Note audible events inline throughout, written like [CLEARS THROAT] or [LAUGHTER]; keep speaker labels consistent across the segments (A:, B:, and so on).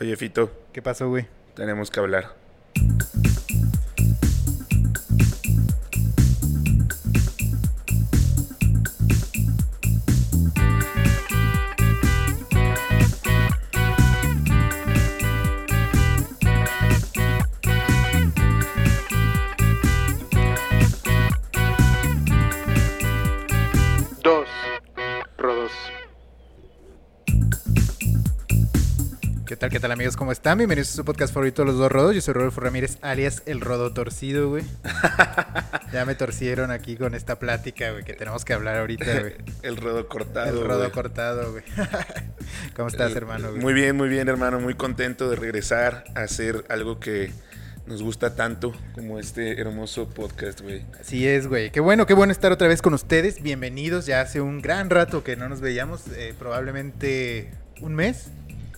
A: Oye, Fito,
B: ¿Qué pasó, güey?
A: tenemos que hablar.
C: Dos Rodos.
B: ¿Qué tal, qué tal, amigos? ¿Cómo están? Bienvenidos a su podcast favorito, Los Dos Rodos. Yo soy Rodolfo Ramírez, alias El Rodo
A: [LAUGHS]
B: Torcido, güey. ya me torcieron aquí con esta plática, güey, que tenemos que hablar ahorita, güey.
A: El rodo [LAUGHS] cortado.
B: El rodo
A: güey.
B: cortado, güey. [LAUGHS] ¿Cómo estás,
A: El-
B: hermano, güey?
A: Muy bien, muy bien, hermano. Muy contento de regresar a hacer algo que nos gusta tanto como este hermoso podcast, güey.
B: Así es, güey. Qué bueno, qué bueno estar otra vez con ustedes. Bienvenidos. Ya hace un gran rato que no nos veíamos, eh, probablemente un mes.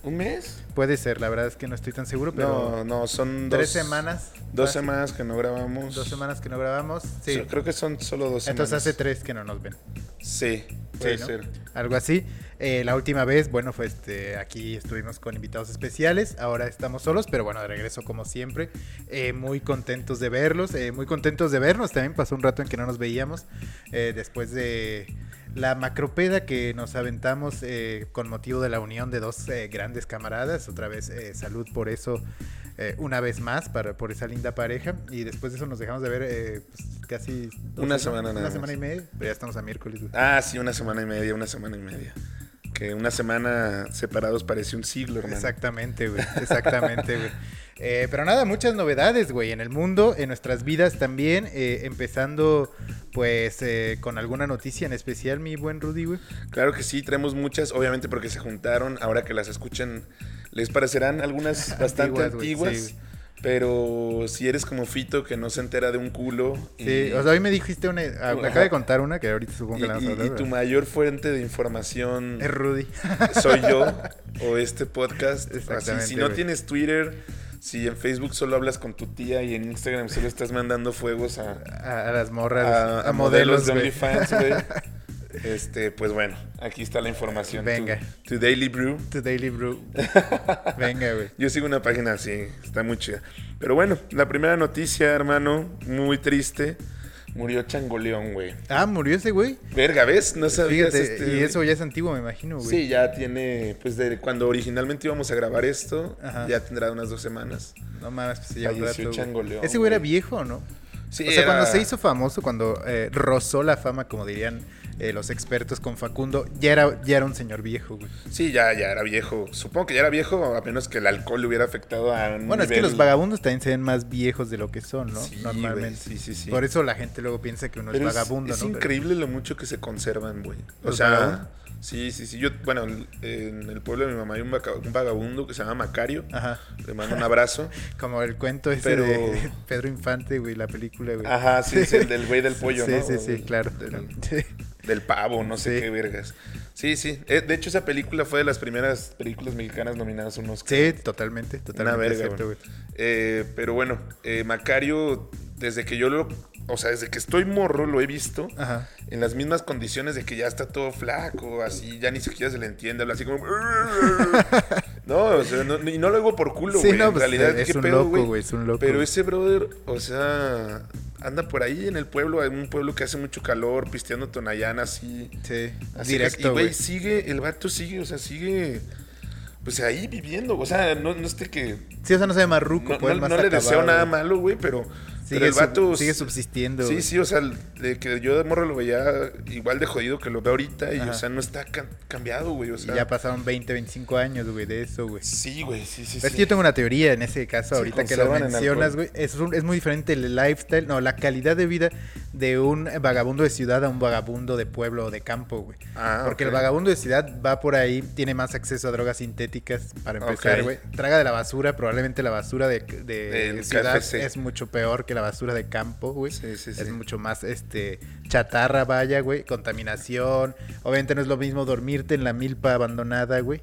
A: ¿Un mes?
B: Puede ser, la verdad es que no estoy tan seguro, pero
A: No, no, son dos.
B: tres semanas.
A: Dos
B: fácil.
A: semanas que no grabamos.
B: Dos semanas que no grabamos. Sí.
A: So- creo que son solo dos semanas.
B: Entonces hace tres que no nos ven.
A: Sí, puede
B: Sí, ¿no?
A: ser.
B: Algo así. Eh, la última vez, bueno, fue este, aquí estuvimos con invitados especiales. Ahora estamos solos, pero bueno, de regreso como siempre. Eh, muy contentos de verlos, eh, muy contentos de vernos. También pasó un rato en que no nos veíamos eh, después de la macropeda que nos aventamos eh, con motivo de la unión de dos eh, grandes camaradas. Otra vez, eh, salud por eso. eh, una vez más para, por esa linda pareja y después de eso nos dejamos de ver eh, pues, casi dos
A: Una
B: semanas,
A: semana nada
B: una
A: más.
B: semana y media pero ya estamos a miércoles güey.
A: Ah, sí, una semana y media, una semana y media. Que una semana separados parece un siglo, hermano.
B: Exactamente, güey. Exactamente, güey. Eh, pero nada, muchas novedades, güey, en el mundo, en nuestras vidas también, eh, empezando pues eh, con alguna noticia en especial, mi buen Rudy, güey.
A: Claro que sí, traemos muchas, obviamente porque se juntaron, ahora que las escuchen les parecerán
B: [LAUGHS]
A: algunas bastante
B: Antiguas, güey,
A: antiguas,
B: sí, güey.
A: pero si eres como Fito que no se entera de un culo
B: Sí, o sea, hoy me dijiste una, ah, me acaba de contar una que ahorita supongo
A: y-
B: que la vamos a
A: y-
B: hablar.
A: y tu
B: ¿verdad?
A: mayor fuente de información
B: [LAUGHS] Es Rudy.
A: soy yo o este podcast, así,
B: Exactamente,
A: si no
B: güey.
A: tienes Twitter, si en Facebook solo hablas con tu tía y en Instagram solo estás mandando fuegos a,
B: A, a las morras,
A: a-
B: a,
A: a modelos
B: modelos,
A: de
B: güey. [LAUGHS]
A: OnlyFans, güey. Este, pues bueno, aquí está la información.
B: Venga.
A: Tu, tu Daily Brew.
B: Tu Daily
A: [LAUGHS]
B: Brew. Venga, güey.
A: Yo sigo una página así, está muy chida. Pero bueno, la primera noticia, hermano, muy triste. Murió Changoleón, güey.
B: Ah, murió ese güey.
A: Verga, ¿ves? No sabías
B: Fíjate,
A: este-
B: y eso ya es antiguo, me imagino, güey.
A: Sí, ya tiene, pues de cuando originalmente íbamos a grabar esto,
B: Ajá.
A: ya tendrá unas dos semanas.
B: No mames, pues sí, ya un
A: Falleció
B: rato, güey.
A: Changoleón,
B: Ese güey era
A: güey.
B: viejo, ¿no?
A: Sí,
B: o sea,
A: era-
B: cuando se hizo famoso, cuando eh, rozó la fama, como dirían eh, los expertos con Facundo, ya era, ya era un señor viejo, güey.
A: Sí, ya, ya era viejo. Supongo que ya era viejo, a menos que el alcohol le hubiera afectado a un
B: Bueno, es que
A: nivel-
B: los vagabundos también se ven más viejos de lo que son, ¿no?
A: Sí, güey,
B: Normalmente.
A: sí, sí, sí.
B: Por eso la gente luego piensa que uno
A: Pero
B: es vagabundo,
A: es
B: ¿no? Pero-
A: increíble lo mucho que se conservan, güey. O
B: ¿Los
A: sea,
B: vagabundos?
A: sí, sí, sí. Yo, bueno, en el pueblo de mi mamá hay un, vaca- un vagabundo que se llama Macario.
B: Ajá.
A: Le mando un abrazo.
B: Como el cuento ese
A: Pero-
B: de [LAUGHS] Pedro Infante, güey, la película,
A: [LAUGHS]
B: güey.
A: Ajá, sí, es el
B: [LAUGHS]
A: del güey del pollo,
B: sí,
A: ¿no?
B: Sí,
A: O
B: sí,
A: del-
B: claro.
A: del-
B: Sí.
A: Del pavo, no sé
B: Sí.
A: qué vergas. Sí, sí. Eh, De hecho, esa película fue de las primeras películas mexicanas nominadas a un Oscar.
B: [LAUGHS] Sí, totalmente, totalmente.
A: Una verga,
B: cierto,
A: güey.
B: güey.
A: Eh, pero bueno, eh, Macario, desde que yo lo. O sea, desde que estoy morro lo he visto.
B: Ajá.
A: En las mismas condiciones de que ya está todo flaco, así, ya ni siquiera se le entiende, habla así como. [LAUGHS] No, o sea, no- y no lo hago por culo,
B: Sí,
A: güey.
B: no,
A: en
B: pues,
A: realidad,
B: es
A: qué
B: un
A: pedo,
B: loco, güey, es un loco,
A: Pero
B: güey.
A: ese brother, o sea, anda por ahí en el pueblo, en un pueblo que hace mucho calor, pisteando Tonayán así.
B: Sí,
A: Así que, y,
B: directo,
A: güey,
B: güey.
A: sigue, el vato sigue, o sea, sigue, pues ahí viviendo. O sea, no, no es de que.
B: Sí, o sea, no se ve marruco,
A: No,
B: pues,
A: no-
B: más
A: no le
B: acabado,
A: deseo nada
B: güey.
A: malo, güey, pero, pero
B: Sigue,
A: el
B: sub-
A: vato.
B: sigue subsistiendo,
A: Sí,
B: güey.
A: sí, o sea, de que yo de morro lo veía igual de jodido que lo veo ahorita y,
B: Ajá.
A: o sea, no está ca- cambiado, güey. O sea,
B: Y ya pasaron 20, 25 años, güey, de eso, güey.
A: Sí, güey, sí, sí.
B: Pero es
A: sí.
B: que yo tengo una teoría en ese caso,
A: Se
B: ahorita que lo
A: conservan en
B: mencionas,
A: alcohol.
B: güey. Es, un- es muy diferente el lifestyle, no, la calidad de vida de un vagabundo de ciudad a un vagabundo de pueblo o de campo, güey.
A: Ah,
B: Porque
A: ok.
B: el vagabundo de ciudad va por ahí, tiene más acceso a drogas sintéticas para empezar,
A: Ok.
B: güey. Traga de la basura, probablemente la basura de, de
A: Del
B: ciudad
A: KFC.
B: es mucho peor que la basura de campo, güey.
A: Sí, sí,
B: Es
A: sí.
B: mucho más este chatarra, vaya, güey. Contaminación. Obviamente no es lo mismo dormirte en la milpa abandonada, güey.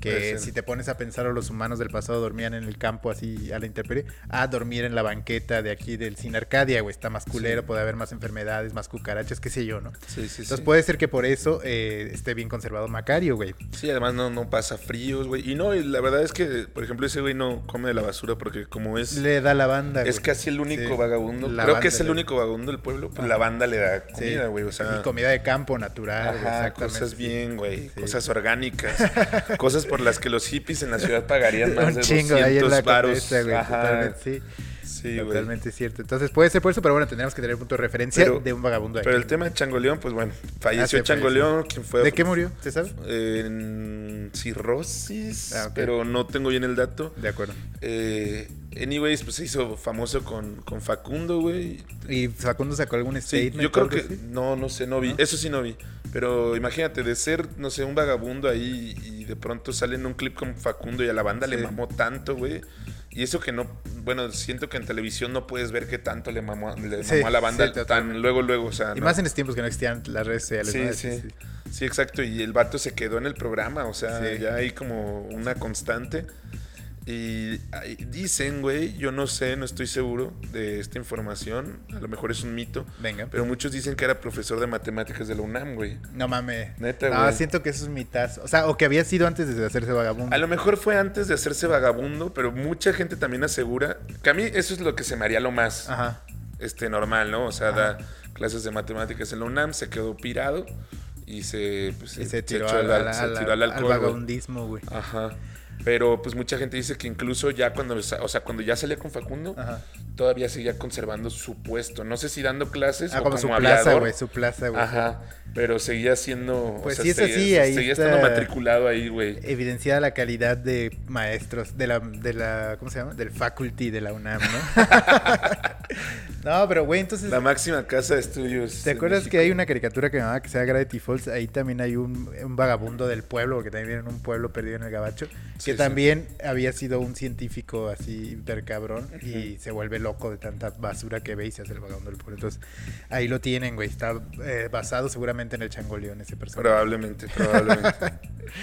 B: que
A: Puede ser.
B: si te pones a pensar, los humanos del pasado dormían en el campo así a la intemperie, a dormir en la banqueta de aquí del Cine Arcadia, güey, está más culero,
A: Sí.
B: puede haber más enfermedades, más cucarachas, qué sé yo, ¿no?
A: Sí, sí,
B: Entonces
A: sí.
B: puede ser que por eso eh, esté bien conservado Macario, güey.
A: Sí, además no, no pasa fríos, güey. Y no, y la verdad es que, por ejemplo, ese güey no come de la basura porque como es...
B: Le da la banda,
A: Es
B: güey.
A: casi el único
B: Sí.
A: vagabundo.
B: La
A: creo
B: banda
A: que es el
B: le- Ah.
A: único vagabundo del pueblo. Pues la banda le da
B: Sí.
A: comida, güey. O sea,
B: Y comida de campo natural, güey,
A: ajá,
B: exactamente.
A: cosas bien, güey.
B: Sí.
A: Cosas orgánicas. cosas por las que los hippies en la ciudad pagarían más
B: [LAUGHS] Un
A: de
B: chingo ahí en la
A: 200 varos.
B: cabeza, güey.
A: Ajá.
B: Totalmente, sí.
A: Sí, güey.
B: totalmente cierto. Entonces puede ser por eso, pero bueno, tendríamos que tener un punto de referencia
A: Pero-
B: de un vagabundo de
A: Pero el
B: aquí.
A: tema de Changoleón, pues bueno, falleció
B: Ah, sí,
A: Changoleón, quien fue
B: ¿De qué murió?
A: pues,
B: ¿Se sabe?
A: en cirrosis,
B: Ah, ok.
A: pero no tengo bien el dato.
B: De acuerdo.
A: Eh, anyways, pues se hizo famoso con, con Facundo, güey.
B: ¿Y Facundo sacó algún
A: Sí,
B: statement?
A: yo
B: o
A: creo
B: algo
A: que
B: así?
A: no, no sé, no vi,
B: ¿No?
A: eso sí no vi. Pero imagínate de ser, no sé, un vagabundo ahí y de pronto sale en un clip con Facundo y a la banda le
B: Sí.
A: mamó tanto, güey. Y eso que no, bueno, siento que en televisión no puedes ver qué tanto le mamó, le
B: Sí,
A: mamó a la banda
B: sí, totalmente.
A: tan luego luego, o sea,
B: Y
A: ¿no?
B: más en los tiempos que no existían las redes sociales.
A: Sí,
B: ¿no?
A: sí. Sí, exacto. Y el vato se quedó en el programa. O sea,
B: Sí.
A: ya hay como una constante. Y ahí dicen, güey, yo no sé, no estoy seguro de esta información. A lo mejor es un mito.
B: Venga.
A: Pero muchos dicen que era profesor de matemáticas de la UNAM, güey.
B: No mames.
A: Neta,
B: no,
A: güey.
B: siento que eso es mitad. O sea, o que había sido antes de hacerse vagabundo.
A: A lo mejor fue antes de hacerse vagabundo, pero mucha gente también asegura que a mí eso es lo que se me haría lo más
B: Ajá.
A: este, normal, ¿no? O sea, da clases de matemáticas en la UNAM, se quedó pirado y se, pues,
B: Y
A: se
B: se tiró,
A: echó
B: al,
A: al-
B: al-
A: se
B: al-
A: tiró al
B: al
A: alcohol, güey.
B: vagabundismo, güey.
A: Ajá. Pero pues mucha gente dice que incluso ya cuando, sa- o sea, cuando ya salía con Facundo,
B: Ajá.
A: todavía seguía conservando su puesto. No sé si dando clases
B: Ah,
A: o
B: como
A: como,
B: su plaza,
A: aviador.
B: güey. Su plaza, güey.
A: Ajá. Pero seguía siendo.
B: Pues
A: o sea,
B: sí, es
A: seguía-
B: así, ahí
A: Seguía
B: está-
A: estando matriculado ahí, güey.
B: Evidenciada la calidad de maestros de la, de la, ¿cómo se llama? Del faculty de la UNAM,
A: [LAUGHS]
B: ¿no? no, pero güey, entonces
A: La máxima casa de estudios.
B: ¿Te
A: en
B: acuerdas que
A: México.
B: hay una caricatura que me llamaba que sea Gravity Falls? Ahí también hay un, un vagabundo del pueblo, porque también viene un pueblo perdido en el gabacho,
A: Sí,
B: que
A: sí.
B: también había sido un científico así hipercabrón y se vuelve loco de tanta basura que ve y se hace el vagabundo del pueblo. Entonces, ahí lo tienen, güey. Está eh, basado seguramente en el changoleón ese personaje.
A: Probablemente,
B: [LAUGHS]
A: probablemente.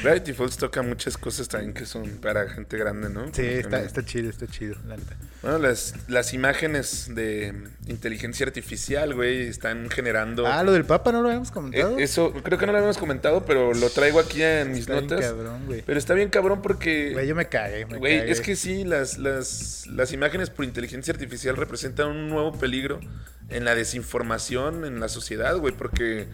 A: Gravity Falls toca muchas cosas también que son para gente grande, ¿no? Como
B: Sí,
A: que
B: está,
A: no-
B: está chido, está chido, la neta.
A: Bueno, las, las imágenes de inteligencia artificial, güey, están generando.
B: Ah, lo del Papa no lo habíamos
A: Eh,
B: comentado.
A: Eso, creo que no lo habíamos comentado, pero lo traigo aquí en mis
B: Está bien
A: notas.
B: cabrón, güey.
A: Pero está bien cabrón porque.
B: Güey, yo me cagué, me
A: Güey,
B: cagué.
A: es que sí, las, las, las imágenes por inteligencia artificial representan un nuevo peligro en la desinformación en la sociedad, güey, porque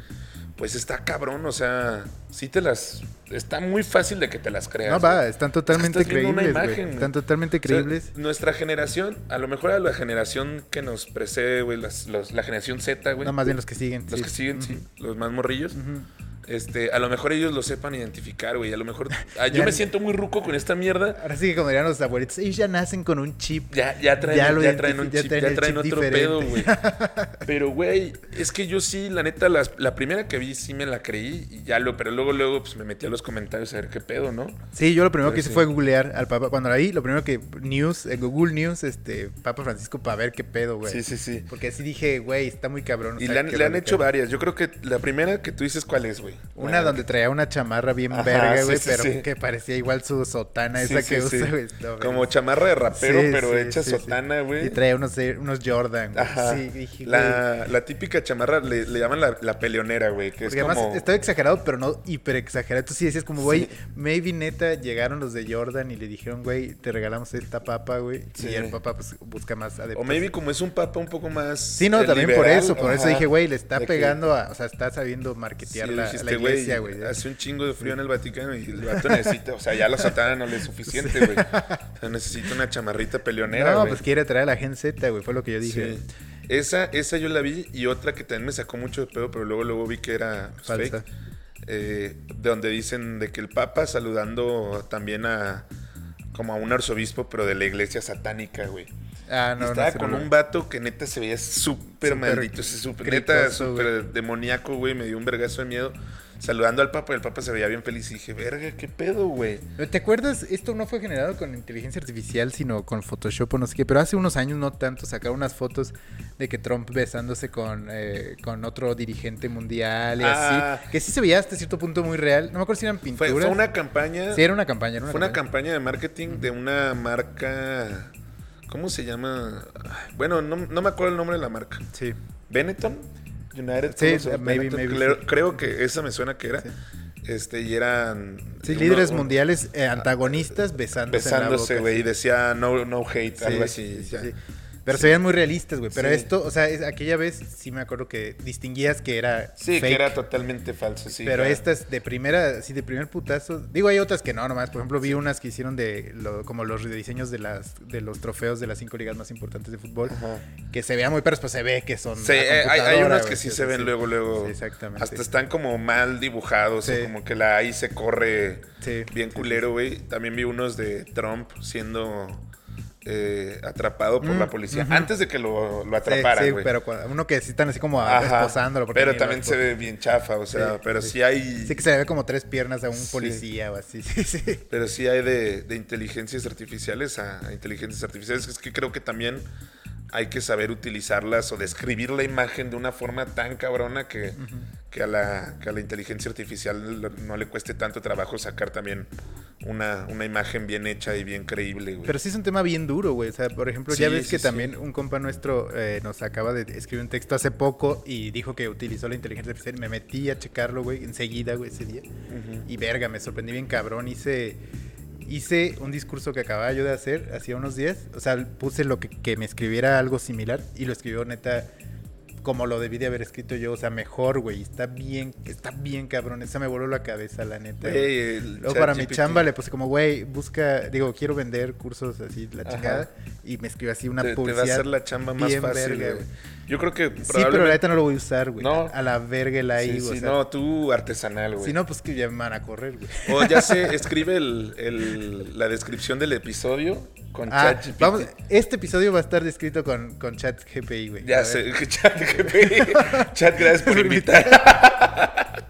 A: pues está cabrón, o sea, sí te las... Está muy fácil de que te las creas.
B: No,
A: güey.
B: va, están totalmente
A: estás viendo una
B: creíbles, güey.
A: imagen, güey.
B: Están totalmente
A: O sea,
B: creíbles.
A: nuestra generación, a lo mejor a la generación que nos precede, güey, las- los- la generación Z, güey.
B: No, más bien los que siguen.
A: Los
B: sí.
A: que siguen, sí,
B: Ujú.
A: los más morrillos.
B: Ujú.
A: Este, a lo mejor ellos lo sepan identificar, güey. A lo mejor. ah, yo
B: [LAUGHS] Ya-
A: me siento muy ruco con esta mierda.
B: Ahora sí que como dirían los abuelitos, ellos ya nacen con un chip.
A: Ya, ya traen,
B: Ya
A: ya
B: lo
A: traen un
B: identifi- ya
A: chip,
B: traen
A: ya
B: el
A: traen
B: chip
A: otro
B: diferente.
A: pedo, güey.
B: [LAUGHS]
A: Pero, güey, es que yo sí, la neta, las- la primera que vi sí me la creí y ya lo, pero luego, luego, pues me metí a los comentarios a ver qué pedo, ¿no?
B: Sí, yo lo primero que
A: Pues
B: hice
A: sí.
B: fue googlear al Papa. Cuando la vi, lo primero que News, eh, Google News, este, Papa Francisco para ver qué pedo, güey.
A: Sí, sí, sí.
B: Porque así dije, güey, está muy cabrón. o
A: Y
B: sea,
A: le han,
B: qué
A: le han
B: vale
A: hecho
B: que-
A: varias. Yo creo que la primera que tú dices, ¿cuál es, güey?
B: Una
A: Ah,
B: donde traía una chamarra bien
A: Ajá,
B: verga,
A: sí,
B: güey,
A: sí,
B: pero
A: sí.
B: que parecía igual su sotana
A: sí,
B: esa
A: sí,
B: que
A: sí.
B: usa, güey. No,
A: Como
B: güey.
A: chamarra de rapero,
B: Sí,
A: pero
B: sí,
A: hecha
B: sí, sí.
A: sotana, güey.
B: Y traía unos, eh, unos Jordan, güey.
A: Ajá.
B: Sí, dije, güey.
A: la, la típica chamarra le, le llaman la, la peleonera, güey. Que
B: Porque
A: es
B: además
A: como...
B: estaba exagerado, pero no hiper exagerado. Tú sí decías como, güey,
A: Sí.
B: maybe neta llegaron los de Jordan y le dijeron, güey, te regalamos esta papa, güey.
A: Sí.
B: Y el papá pues busca más adeptos.
A: O maybe como es un papa un poco más.
B: Sí, no,
A: eh,
B: también por
A: liberal,
B: eso. Por eso
A: ajá,
B: dije, güey, le está
A: de que-
B: pegando a... O sea, está sabiendo marketear
A: sí,
B: la,
A: dijiste,
B: la iglesia, güey.
A: Hace un chingo de frío en el Vaticano y el vato necesita. o sea, ya la satana no le es suficiente, güey. O sea, necesita una chamarrita peleonera,
B: No,
A: güey.
B: pues quiere traer a la Gen Z, güey. Fue lo que yo dije.
A: Sí. Esa, esa yo la vi y otra que también me sacó mucho de pedo, pero luego, luego vi que era pues,
B: Falsa.
A: fake. eh, donde dicen de que el Papa saludando también a. Como a un arzobispo, pero de la iglesia satánica, güey.
B: Ah,
A: Y
B: no,
A: estaba
B: no. se lo
A: con
B: logró.
A: un vato que neta se veía súper
B: Súper
A: maldito, ese súper neta,
B: cricoso, güey.
A: súper demoníaco, güey, me dio un vergazo de miedo. saludando al Papa y el Papa se veía bien feliz. Y dije, verga, qué pedo, güey.
B: ¿Te acuerdas? Esto no fue generado con inteligencia artificial, sino con Photoshop o no sé qué. Pero hace unos años, no tanto, sacaron unas fotos de que Trump besándose con, eh, con otro dirigente mundial y
A: Ah.
B: así. Que sí se veía hasta cierto punto muy real. No me acuerdo si eran
A: Fue,
B: pinturas.
A: fue una campaña.
B: Sí, era una campaña. Era una
A: Fue una
B: campaña.
A: campaña de marketing de una marca. ¿Cómo se llama? Ay, Bueno, no, no me acuerdo el nombre de la marca.
B: Sí.
A: Benetton. United
B: Sí,
A: Colors of
B: maybe,
A: Benetton,
B: maybe,
A: Creo,
B: sí.
A: creo que esa me suena que era. Este, y eran.
B: Sí,
A: uno-
B: líderes
A: uno-
B: mundiales eh, antagonistas besándose. en la
A: Besándose,
B: boca,
A: güey.
B: sí.
A: Y decía no, no hate,
B: Sí,
A: algo
B: sí,
A: así.
B: sí,
A: ya.
B: sí. Pero se veían muy realistas, güey. Pero
A: Sí.
B: esto, o sea, es- aquella vez sí me acuerdo que distinguías que era.
A: Sí, que
B: fake,
A: era totalmente falso, sí.
B: Pero este
A: ya.
B: estas de primera, sí, de primer putazo. Digo, hay otras que no, nomás. Por ejemplo, vi unas que hicieron de lo- como los rediseños de las de los trofeos de las cinco ligas más importantes de fútbol.
A: Ajá.
B: Que se vean muy perros, pues se ve que son.
A: Sí,
B: a
A: eh, hay, hay
B: computadora,
A: unas
B: güey,
A: que sí se ven luego, luego.
B: Sí, exactamente.
A: Hasta están como mal dibujados,
B: Sí.
A: o como que la ahí se corre
B: Sí,
A: bien
B: sí,
A: culero, güey. También vi unos de Trump siendo eh, atrapado por
B: Mm,
A: la policía
B: ujú.
A: antes de que lo, lo
B: Sí,
A: atraparan,
B: sí,
A: güey.
B: pero cua- uno que sí están así como a-
A: Ajá.
B: esposándolo. porque
A: Pero
B: ni lo
A: también se
B: esposan.
A: ve bien chafa, o sea,
B: Sí,
A: pero
B: sí.
A: sí, hay.
B: Sí, que se le ve como tres piernas a un
A: Sí.
B: policía o así. [LAUGHS] Sí, sí.
A: Pero sí hay de, de inteligencias artificiales a, a inteligencias artificiales. Es que creo que también hay que saber utilizarlas o describir la imagen de una forma tan cabrona que, que a, la, que a la inteligencia artificial lo- no le cueste tanto trabajo sacar también una, una imagen bien hecha y bien creíble, güey.
B: Pero sí es un tema bien duro, güey. O sea, por ejemplo,
A: Sí,
B: ya ves
A: sí,
B: que
A: sí.
B: también un compa nuestro eh, nos acaba de escribir un texto hace poco y dijo que utilizó la inteligencia artificial. Me metí a checarlo, güey, enseguida, güey, ese día.
A: Ujú.
B: Y verga, me sorprendí bien cabrón. Hice, hice un discurso que acababa yo de hacer hacía unos días. O sea, puse lo que, que me escribiera algo similar y lo escribió neta como lo debí de haber escrito yo. O sea, mejor, güey. Está bien, está bien cabrón. Esa me voló la cabeza, la neta. güey.
A: Güey, el
B: Luego para mi
A: ChatGPT.
B: chamba le puse como, güey, busca, digo, quiero vender cursos así, la
A: Ajá.
B: chingada. Y me escribió así una
A: te, te va
B: publicidad.
A: a hacer la chamba más
B: bien
A: fácil,
B: verga,
A: güey.
B: güey.
A: Yo creo que
B: Sí, pero la
A: probablemente...
B: neta no lo voy a usar, güey.
A: No.
B: A la verga el
A: Sí,
B: ahí, güey.
A: sí,
B: o sea,
A: no, tú artesanal, güey.
B: Si no, pues que ya me van a correr, güey.
A: O ya se escribe el- el- la descripción del episodio con
B: Ah,
A: ChatGPT.
B: vamos, este episodio va a estar descrito con, con chat GPI, güey. A
A: Ya
B: ver.
A: sé, [LAUGHS] ChatGPT. Chat, gracias
B: [LAUGHS]
A: por invitar.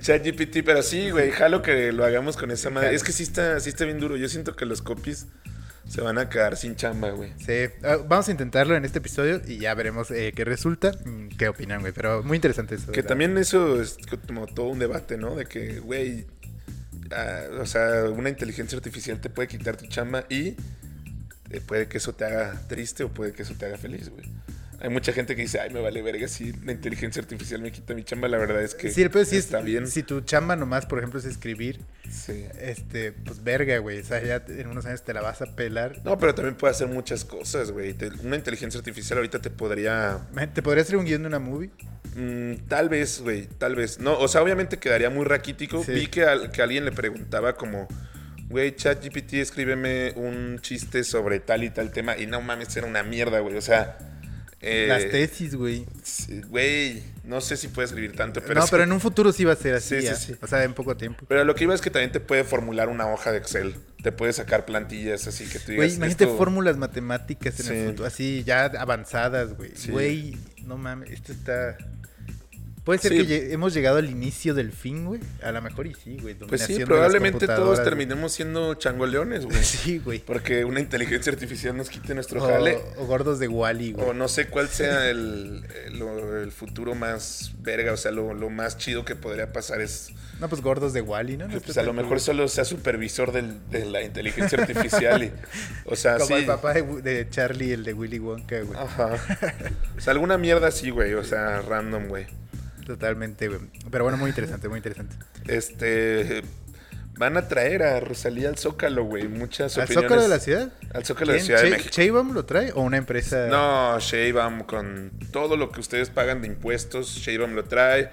A: ChatGPT, pero sí, güey, jalo que lo hagamos con esa madre. Es que sí está, sí está bien duro. Yo siento que los copies se van a quedar sin chamba, güey.
B: Sí, ah, vamos a intentarlo en este episodio y ya veremos eh, qué resulta, mm, qué opinan, güey. Pero muy interesante eso.
A: Que
B: la-
A: también eso es como todo un debate, ¿no? De que, güey, ah, o sea, una inteligencia artificial te puede quitar tu chamba y eh, puede que eso te haga triste o puede que eso te haga feliz, güey. Hay mucha gente que dice, ay, me vale verga si la inteligencia artificial me quita mi chamba. La verdad es que
B: Sí, pero si, es-
A: está bien.
B: si tu chamba nomás, por ejemplo, es escribir,
A: Sí.
B: Este, pues verga, güey. O sea, ya te- en unos años te la vas a pelar.
A: No, pero también puede hacer muchas cosas, güey. Te- Una inteligencia artificial ahorita te podría
B: Man, ¿Te podrías hacer un guión de una movie?
A: Mm, tal vez, güey, tal vez. No, o sea, obviamente quedaría muy raquítico.
B: Sí.
A: Vi que, al- que alguien le preguntaba como, güey, ChatGPT, escríbeme un chiste sobre tal y tal tema. Y no mames, era una mierda, güey. O sea, eh,
B: Las tesis, güey.
A: sí, güey, no sé si puede escribir tanto, pero,
B: no,
A: sí.
B: pero en un futuro sí va a ser así.
A: Sí, sí,
B: ya.
A: sí.
B: O sea, en poco tiempo.
A: Pero lo que iba es que también te puede formular una hoja de Excel. Te puede sacar plantillas así que tú digas.
B: Güey, imagínate
A: esto-
B: fórmulas matemáticas en el
A: Sí.
B: futuro. Así, ya avanzadas, güey.
A: Sí.
B: Güey, no mames. Esto está. Puede ser
A: Sí.
B: que lle- hemos llegado al inicio del fin, güey. A lo mejor y sí, güey.
A: Pues
B: dominación de
A: sí,
B: las
A: probablemente todos
B: computadoras, [LAUGHS]
A: terminemos siendo changoleones,
B: güey.
A: güey.
B: Sí, güey.
A: Porque una inteligencia artificial nos quite
B: Oh,
A: nuestro jale.
B: O, o gordos de Wally, güey.
A: O no sé cuál sea el, el- lo- el futuro más verga, o sea, lo, lo más chido que podría pasar es,
B: No, pues gordos de Wally, ¿no? No
A: que,
B: está
A: pues a lo
B: tan
A: mejor solo sea supervisor del- de la
B: [LAUGHS]
A: inteligencia artificial, y, o sea,
B: Como
A: ah, sí, Ah.
B: el papá de, de Charlie, el de Willy Wonka, güey.
A: ajá, o sea, alguna mierda así, güey, o sea, random, güey,
B: Totalmente, güey. Pero bueno, muy interesante, muy interesante.
A: este, van a traer a Rosalía al Zócalo, güey, muchas
B: ¿Al
A: opiniones.
B: Zócalo de la ciudad?
A: Al Zócalo de la
B: ¿Quién?
A: Ciudad de
B: Che-
A: México.
B: ¿Cheybam lo trae o una empresa?
A: No, Sheinbaum, con todo lo que ustedes pagan de impuestos, Sheinbaum lo trae.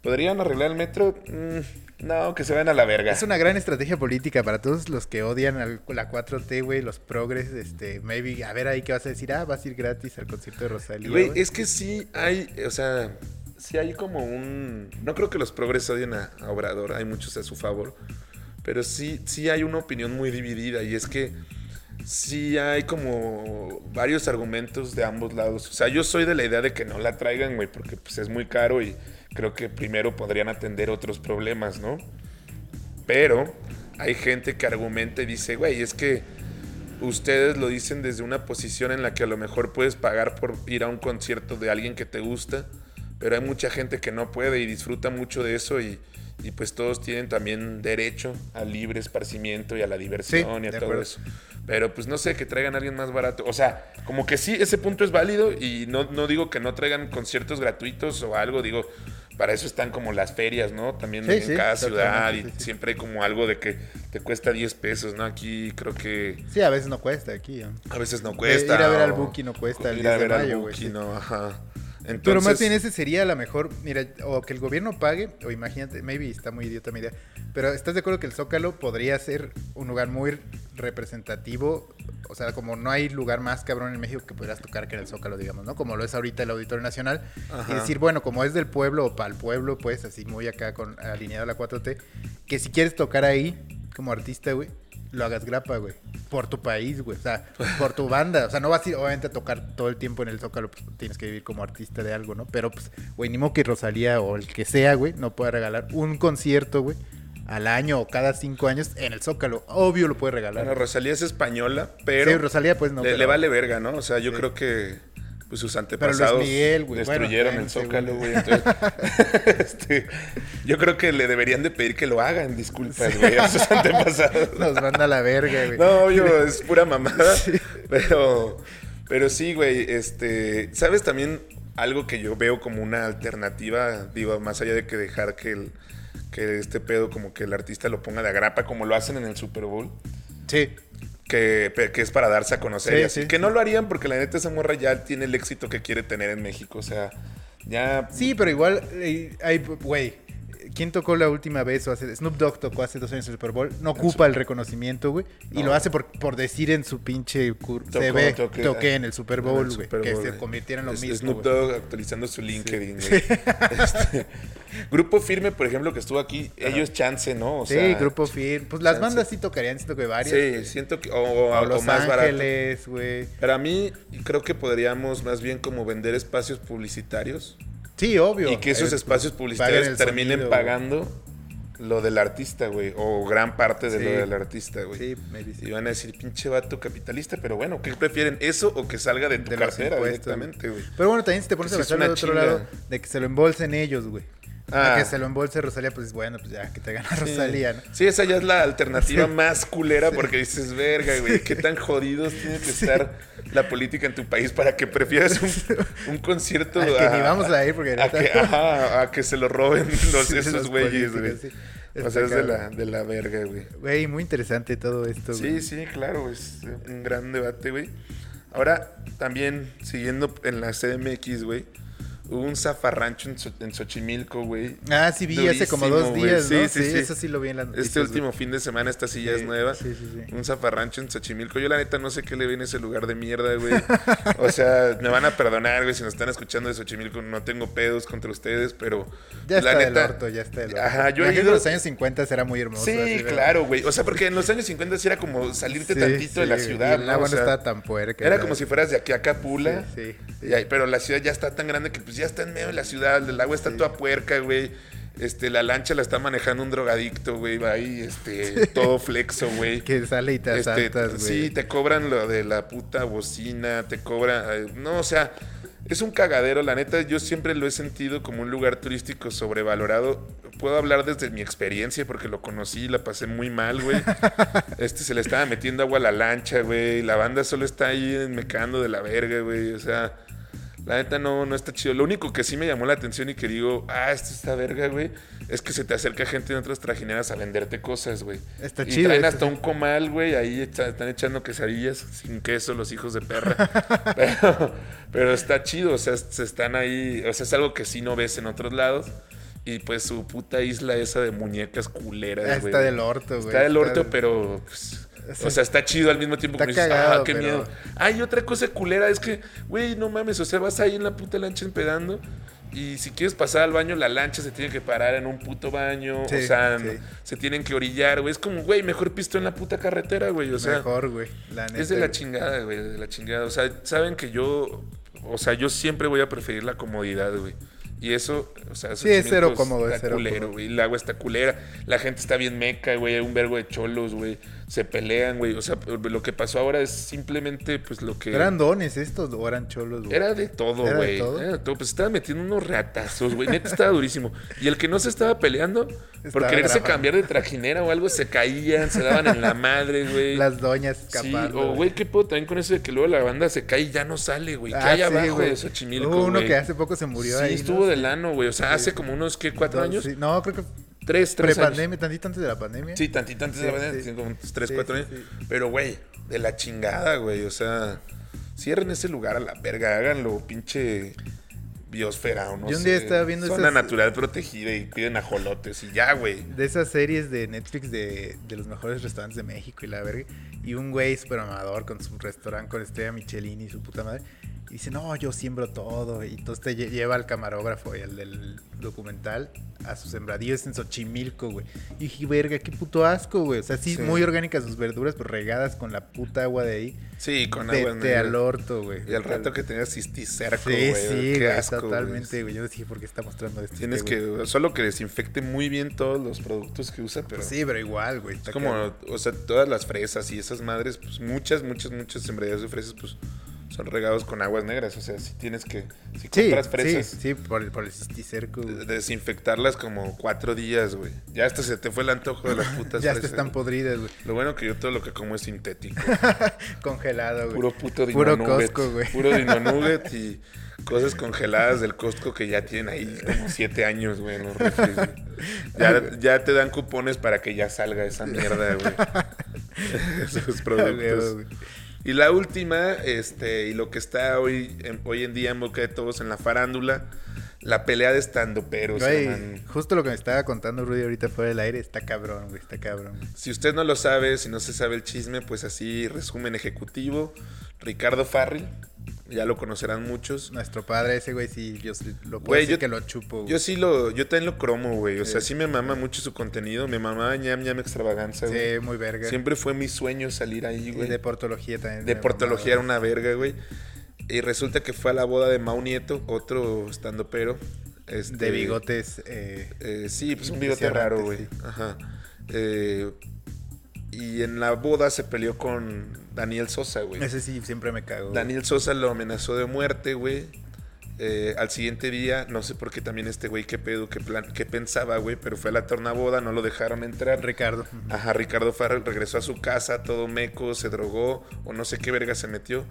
A: ¿Podrían arreglar el metro? Mm, no, que se vayan a la verga.
B: Es una gran estrategia política para todos los que odian al- la 4T, güey, los progres, este, maybe, a ver ahí qué vas a decir, ah, vas a ir gratis al concierto de Rosalía.
A: Güey,
B: güey.
A: es que sí hay, o sea, sí hay como un... No creo que los progres odien a, a Obrador, hay muchos a su favor, pero sí, sí hay una opinión muy dividida y es que sí hay como varios argumentos de ambos lados. O sea, yo soy de la idea de que no la traigan, güey, porque pues es muy caro y creo que primero podrían atender otros problemas, ¿no? Pero hay gente que argumenta y dice, güey, es que ustedes lo dicen desde una posición en la que a lo mejor puedes pagar por ir a un concierto de alguien que te gusta, pero hay mucha gente que no puede y disfruta mucho de eso y, y pues todos tienen también derecho al libre esparcimiento y a la diversión
B: Sí,
A: y a
B: de
A: todo
B: acuerdo.
A: eso. Pero pues no sé, que traigan a alguien más barato. O sea, como que sí, ese punto es válido y no, no digo que no traigan conciertos gratuitos o algo, digo, para eso están como las ferias, ¿no? También
B: Sí,
A: en
B: sí,
A: cada ciudad y
B: totalmente, sí, sí.
A: siempre hay como algo de que te cuesta 10 pesos, ¿no? Aquí creo que...
B: Sí, a veces no cuesta aquí. ¿no?
A: A veces no cuesta.
B: Eh, ir a ver al
A: o-
B: Buki no cuesta el
A: Ir a
B: 10 de
A: ver al
B: mayo, güey,
A: Buki,
B: sí.
A: no, ajá. Entonces,
B: Pero más bien ese sería la mejor, mira, o que el gobierno pague, o imagínate, maybe está muy idiota mi idea, pero ¿estás de acuerdo que el Zócalo podría ser un lugar muy representativo? O sea, como no hay lugar más cabrón en México que pudieras tocar que en el Zócalo, digamos, ¿no? Como lo es ahorita el Auditorio Nacional.
A: Ajá.
B: Y decir, bueno, como es del pueblo o para el pueblo, pues así muy acá con alineado a la 4T, que si quieres tocar ahí como artista, güey, lo hagas grapa, güey. Por tu país, güey. O sea, por tu banda. O sea, no vas a ir, obviamente, a tocar todo el tiempo en el Zócalo. Pues, tienes que vivir como artista de algo, ¿no? Pero, pues, güey, ni modo que Rosalía o el que sea, güey, no pueda regalar un concierto, güey, al año o cada cinco años en el Zócalo. Obvio lo puede regalar.
A: Bueno, Rosalía es española, pero.
B: Sí, Rosalía, pues, no,
A: Le,
B: pero-
A: le vale verga, ¿no? O sea, yo
B: Sí.
A: creo que. Pues sus
B: Luis
A: antepasados
B: Miguel, güey, bueno,
A: destruyeron el
B: también,
A: Zócalo,
B: según-
A: güey. entonces, [LAUGHS] este, yo creo que le deberían de pedir que lo hagan, disculpas, güey, a sus antepasados.
B: Nos manda a la verga, güey.
A: [LAUGHS] No,
B: [LAUGHS]
A: obvio, es pura mamada. Pero, pero sí, güey, este, ¿sabes también algo que yo veo como una alternativa? Digo, más allá de que dejar que el, que este pedo como que el artista lo ponga de agrapa como lo hacen en el Super Bowl,
B: Sí.
A: que, pe- que es para darse a conocer.
B: Sí,
A: y así.
B: sí,
A: que no lo harían porque la neta esa morra ya tiene el éxito que quiere tener en México, o sea, ya
B: Sí, pero igual, eh, hay, güey, ¿quién tocó la última vez? O hace, Snoop Dogg tocó hace dos años el Super Bowl. No ocupa el reconocimiento, güey. Y
A: No.
B: lo hace por, por decir en su pinche cur-
A: Tocó,
B: CV,
A: toqué,
B: toqué en el Super Bowl,
A: el
B: güey.
A: Super
B: Que
A: Bowl,
B: se
A: güey.
B: convirtiera en lo
A: Es-
B: mismo.
A: Snoop
B: güey.
A: Dogg actualizando su LinkedIn.
B: [LAUGHS]
A: güey. Este, grupo Firme, por ejemplo, que estuvo aquí, ellos chance, ¿no? O
B: Sí,
A: sea,
B: Grupo Firm. Pues las
A: sí.
B: bandas sí tocarían, siento que varias.
A: Sí, siento que. O, o-
B: O
A: o
B: Los
A: más barato.
B: Ángeles, güey.
A: Para mí, creo que podríamos más bien como vender espacios publicitarios
B: Sí, obvio.
A: y que esos
B: Eh,
A: espacios
B: paguen
A: publicitarios
B: el
A: terminen
B: sonido,
A: pagando lo del artista, güey, o gran parte de
B: Sí.
A: lo del artista, güey.
B: Sí, me dice.
A: Y van a decir, pinche vato capitalista, pero bueno, ¿qué prefieren? ¿Eso o que salga de tu
B: de los
A: cartera
B: impuestos, güey.
A: directamente, güey?
B: Pero bueno, también si te pones a
A: Que sí es
B: pensar del
A: una
B: otro
A: chinga.
B: lado, de que se lo embolsen ellos, güey. A
A: Ah.
B: que se lo embolse Rosalía, pues bueno, pues ya, que te gana
A: Sí.
B: Rosalía, ¿no?
A: Sí, esa ya es la alternativa más culera porque dices, verga, güey, qué tan jodidos tiene que estar la política en tu país para que prefieras un, un concierto
B: Al que ni vamos a ir porque
A: a ah, que,
B: neta-
A: ajá, a que se lo [LAUGHS]
B: [LAUGHS]
A: roben los,
B: Sí,
A: esos
B: los
A: güeyes, güey.
B: políticos, sí.
A: O sea, es de la,
B: Está
A: de la verga, güey.
B: Güey, muy interesante todo esto,
A: Sí,
B: güey.
A: sí, claro, es un gran debate, güey. Ahora, también, siguiendo en la CDMX, güey, hubo un zafarrancho en Xo- en Xochimilco, güey.
B: Ah, sí vi hace como dos
A: Durísimo, güey.
B: días,
A: Sí,
B: ¿no?
A: sí, sí.
B: eso sí lo vi en las noticias.
A: Este
B: güey.
A: último fin de semana esta silla
B: Sí,
A: es nueva.
B: sí, sí, sí.
A: Un zafarrancho en Xochimilco. Yo la neta no sé qué le viene a ese lugar de mierda, güey. o sea, me van a perdonar, güey, si nos están escuchando de Xochimilco. No tengo pedos contra ustedes, pero...
B: Ya
A: la
B: está
A: neta-
B: del orto, ya está del orto.
A: Ajá, yo he
B: Imagino
A: ido-
B: los años 50 era muy hermoso.
A: Sí,
B: así, ¿verdad?
A: claro, güey. O sea, porque en los años 50 sí era como salirte
B: Sí,
A: tantito de la
B: sí,
A: ciudad,
B: y el
A: ¿no?
B: agua
A: O
B: no
A: sea,
B: estaba tan puerca.
A: Era
B: ¿verdad?
A: como si fueras de aquí a Capula.
B: Sí, sí, sí.
A: Y ahí- pero la ciudad ya está tan grande que pues ya está en medio de la ciudad. El agua está toda puerca, güey. Este, la lancha la está manejando un drogadicto, güey. Va ahí, este, todo flexo,
B: [LAUGHS]
A: güey.
B: Que sale y te
A: Este,
B: asaltas, güey.
A: sí, te cobran lo de la puta bocina, te cobran... eh, No, o sea, es un cagadero, la neta. Yo siempre lo he sentido como un lugar turístico sobrevalorado. Puedo hablar desde mi experiencia porque lo conocí, la pasé muy mal,
B: [LAUGHS]
A: güey. este se le estaba metiendo agua a la lancha, güey. La banda solo está ahí mecando de la verga, güey. O sea, la neta no, no está chido. Lo único que sí me llamó la atención y que digo, ah, esto está verga, güey, es que se te acerca gente de otras trajineras a venderte cosas, güey.
B: Está
A: y
B: chido
A: Traen
B: eso,
A: hasta
B: sí.
A: un comal, güey, ahí echa- están echando quesadillas sin queso los hijos de
B: [LAUGHS]
A: perra. pero, pero está chido, o sea, se están ahí, o sea, es algo que sí no ves en otros lados. Y pues su puta isla esa de muñecas culeras,
B: Ah,
A: güey.
B: está del orto, güey.
A: Está del orto,
B: del-
A: pero. pues,
B: Sí.
A: O sea, está chido al mismo tiempo
B: Está
A: que dices,
B: cagado,
A: ah, qué
B: pero-
A: miedo. Ah, y otra cosa culera es que, güey, no mames, o sea, vas ahí en la puta lancha empedando. Y si quieres pasar al baño, la lancha se tiene que parar en un puto baño.
B: Sí,
A: o sea,
B: sí.
A: se tienen que orillar, güey. Es como, güey, mejor pisto en la puta carretera, güey. O sea,
B: Mejor, güey. La neta.
A: es de la
B: güey.
A: chingada, güey, de la chingada. O sea, saben que yo, o sea, yo siempre voy a preferir la comodidad, güey. Y eso, o sea,
B: Sí, es cero
A: Xochimilco
B: cómodo, es
A: está
B: cero
A: culero,
B: cómodo.
A: güey. El agua está culera. La gente está bien meca, güey. Hay un vergo de cholos, güey. Se pelean, güey. O sea, lo que pasó ahora es simplemente, pues, lo que.
B: ¿Eran dones estos o eran cholos? güey?
A: Era de todo,
B: ¿Era de
A: güey.
B: todo?
A: Era de todo. Pues estaba metiendo unos ratazos, güey. Neta estaba durísimo. Y el que no se estaba peleando por
B: Estaba
A: quererse
B: grabando.
A: cambiar de trajinera o algo, se caían, se daban en la madre, güey.
B: Las doñas
A: Sí,
B: escapando.
A: o güey, qué puedo también con eso de que luego la banda se cae y ya no sale, güey. que
B: Ah,
A: hay
B: sí,
A: abajo
B: güey.
A: de Xochimilco,
B: Hubo uno
A: güey?
B: que hace poco se murió
A: sí,
B: ahí. ¿no?
A: estuvo de lano, güey. O sea, hace como unos, ¿qué? ¿Cuatro
B: Dos-
A: años?
B: sí. No, creo que
A: Tres, tres años.
B: prepandemia, tantito antes de la pandemia.
A: Sí, tantito antes de
B: Sí,
A: la pandemia,
B: sí.
A: sí, como unos tres,
B: Sí,
A: cuatro
B: sí,
A: años. Pero, güey, de la chingada, güey. O sea, cierren ese lugar a la verga, háganlo, pinche biosfera o no
B: Yo un
A: sé.
B: día estaba viendo
A: Zona
B: esas-
A: natural protegida y piden ajolotes y ya, güey.
B: De esas series de Netflix de, de los mejores restaurantes de México y la verga. Y un güey super amador con su restaurante con estrella Michelin y su puta madre. Y dice, no, yo siembro todo. Y entonces te lle- lleva al camarógrafo y al del documental a sus sembradíos en Xochimilco, güey. Y dije, verga, qué puto asco, güey. O sea, sí,
A: Sí.
B: muy orgánicas sus verduras, pero regadas con la puta agua de ahí.
A: Sí, con agua
B: Vete
A: negra.
B: al orto, güey.
A: Y al rato que tenías cisticerco,
B: Sí,
A: güey.
B: sí,
A: qué
B: güey,
A: asco, güey.
B: totalmente, güey. Yo dije, ¿por qué está mostrando esto?
A: Tienes
B: este güey?"
A: que, solo que desinfecte muy bien todos los productos que usa, pero...
B: Pues sí, pero igual, güey. está
A: Es como,
B: cabrón.
A: o sea, todas las fresas y esas madres, pues muchas, muchas, muchas sembradías de fresas, pues son regados con aguas negras. O sea, si tienes que, si
B: Sí,
A: compras fresas,
B: sí, sí, por, el- por el cisticerco. güey.
A: de- desinfectarlas como cuatro días, güey. Ya hasta se te fue el antojo de las putas
B: [LAUGHS] Ya hasta
A: fresas.
B: están podridas, güey.
A: Lo bueno que yo todo lo que como es sintético.
B: Congelado, güey. [LAUGHS]
A: Puro puto dino
B: Puro
A: nugget.
B: Costco, güey.
A: Puro
B: [LAUGHS]
A: dino nugget y cosas congeladas del Costco que ya tienen ahí como siete años, güey. en los refres, güey. ya, ya te dan cupones para que ya salga esa mierda,
B: [LAUGHS]
A: güey. [LAUGHS] Esos
B: Ah,
A: productos.
B: güey, güey.
A: Y la última, este, y lo que está hoy en, hoy en día en boca de todos en la farándula, la pelea de estandoperos,
B: Güey,
A: hermano.
B: justo lo que me estaba contando Rudy ahorita fuera del aire, está cabrón, güey, está cabrón.
A: Si usted no lo sabe, si no se sabe el chisme, pues así, resumen ejecutivo, Ricardo Farri, ya lo conocerán muchos.
B: Nuestro padre, ese güey, sí, yo sí lo puedo
A: Güey,
B: decir
A: yo-
B: que lo chupo, güey.
A: Yo sí lo, yo también lo cromo, güey. O
B: Sí.
A: sea, sí me mama mucho su contenido. Me mamaba ñam ñam extravaganza, güey.
B: Sí, muy verga.
A: Siempre fue mi sueño salir ahí,
B: y
A: güey.
B: de portología también.
A: De
B: me
A: portología era
B: mamaba.
A: una verga, güey. Y resulta que fue a la boda de Mau Nieto, otro estando pero. este,
B: De bigotes. eh,
A: Eh, sí, pues un bigote raro, güey.
B: Impresionante,
A: Ajá. Eh, y en la boda se peleó con Daniel Sosa, güey.
B: ese sí, siempre me cago. güey.
A: Daniel Sosa lo amenazó de muerte, güey. Eh, al siguiente día, no sé por qué también este güey, qué pedo, qué, plan, qué pensaba, güey, pero fue a la tornaboda, no lo dejaron entrar.
B: Ricardo.
A: Ajá, Ricardo Farrell regresó a su casa todo meco, se drogó o no sé qué verga se metió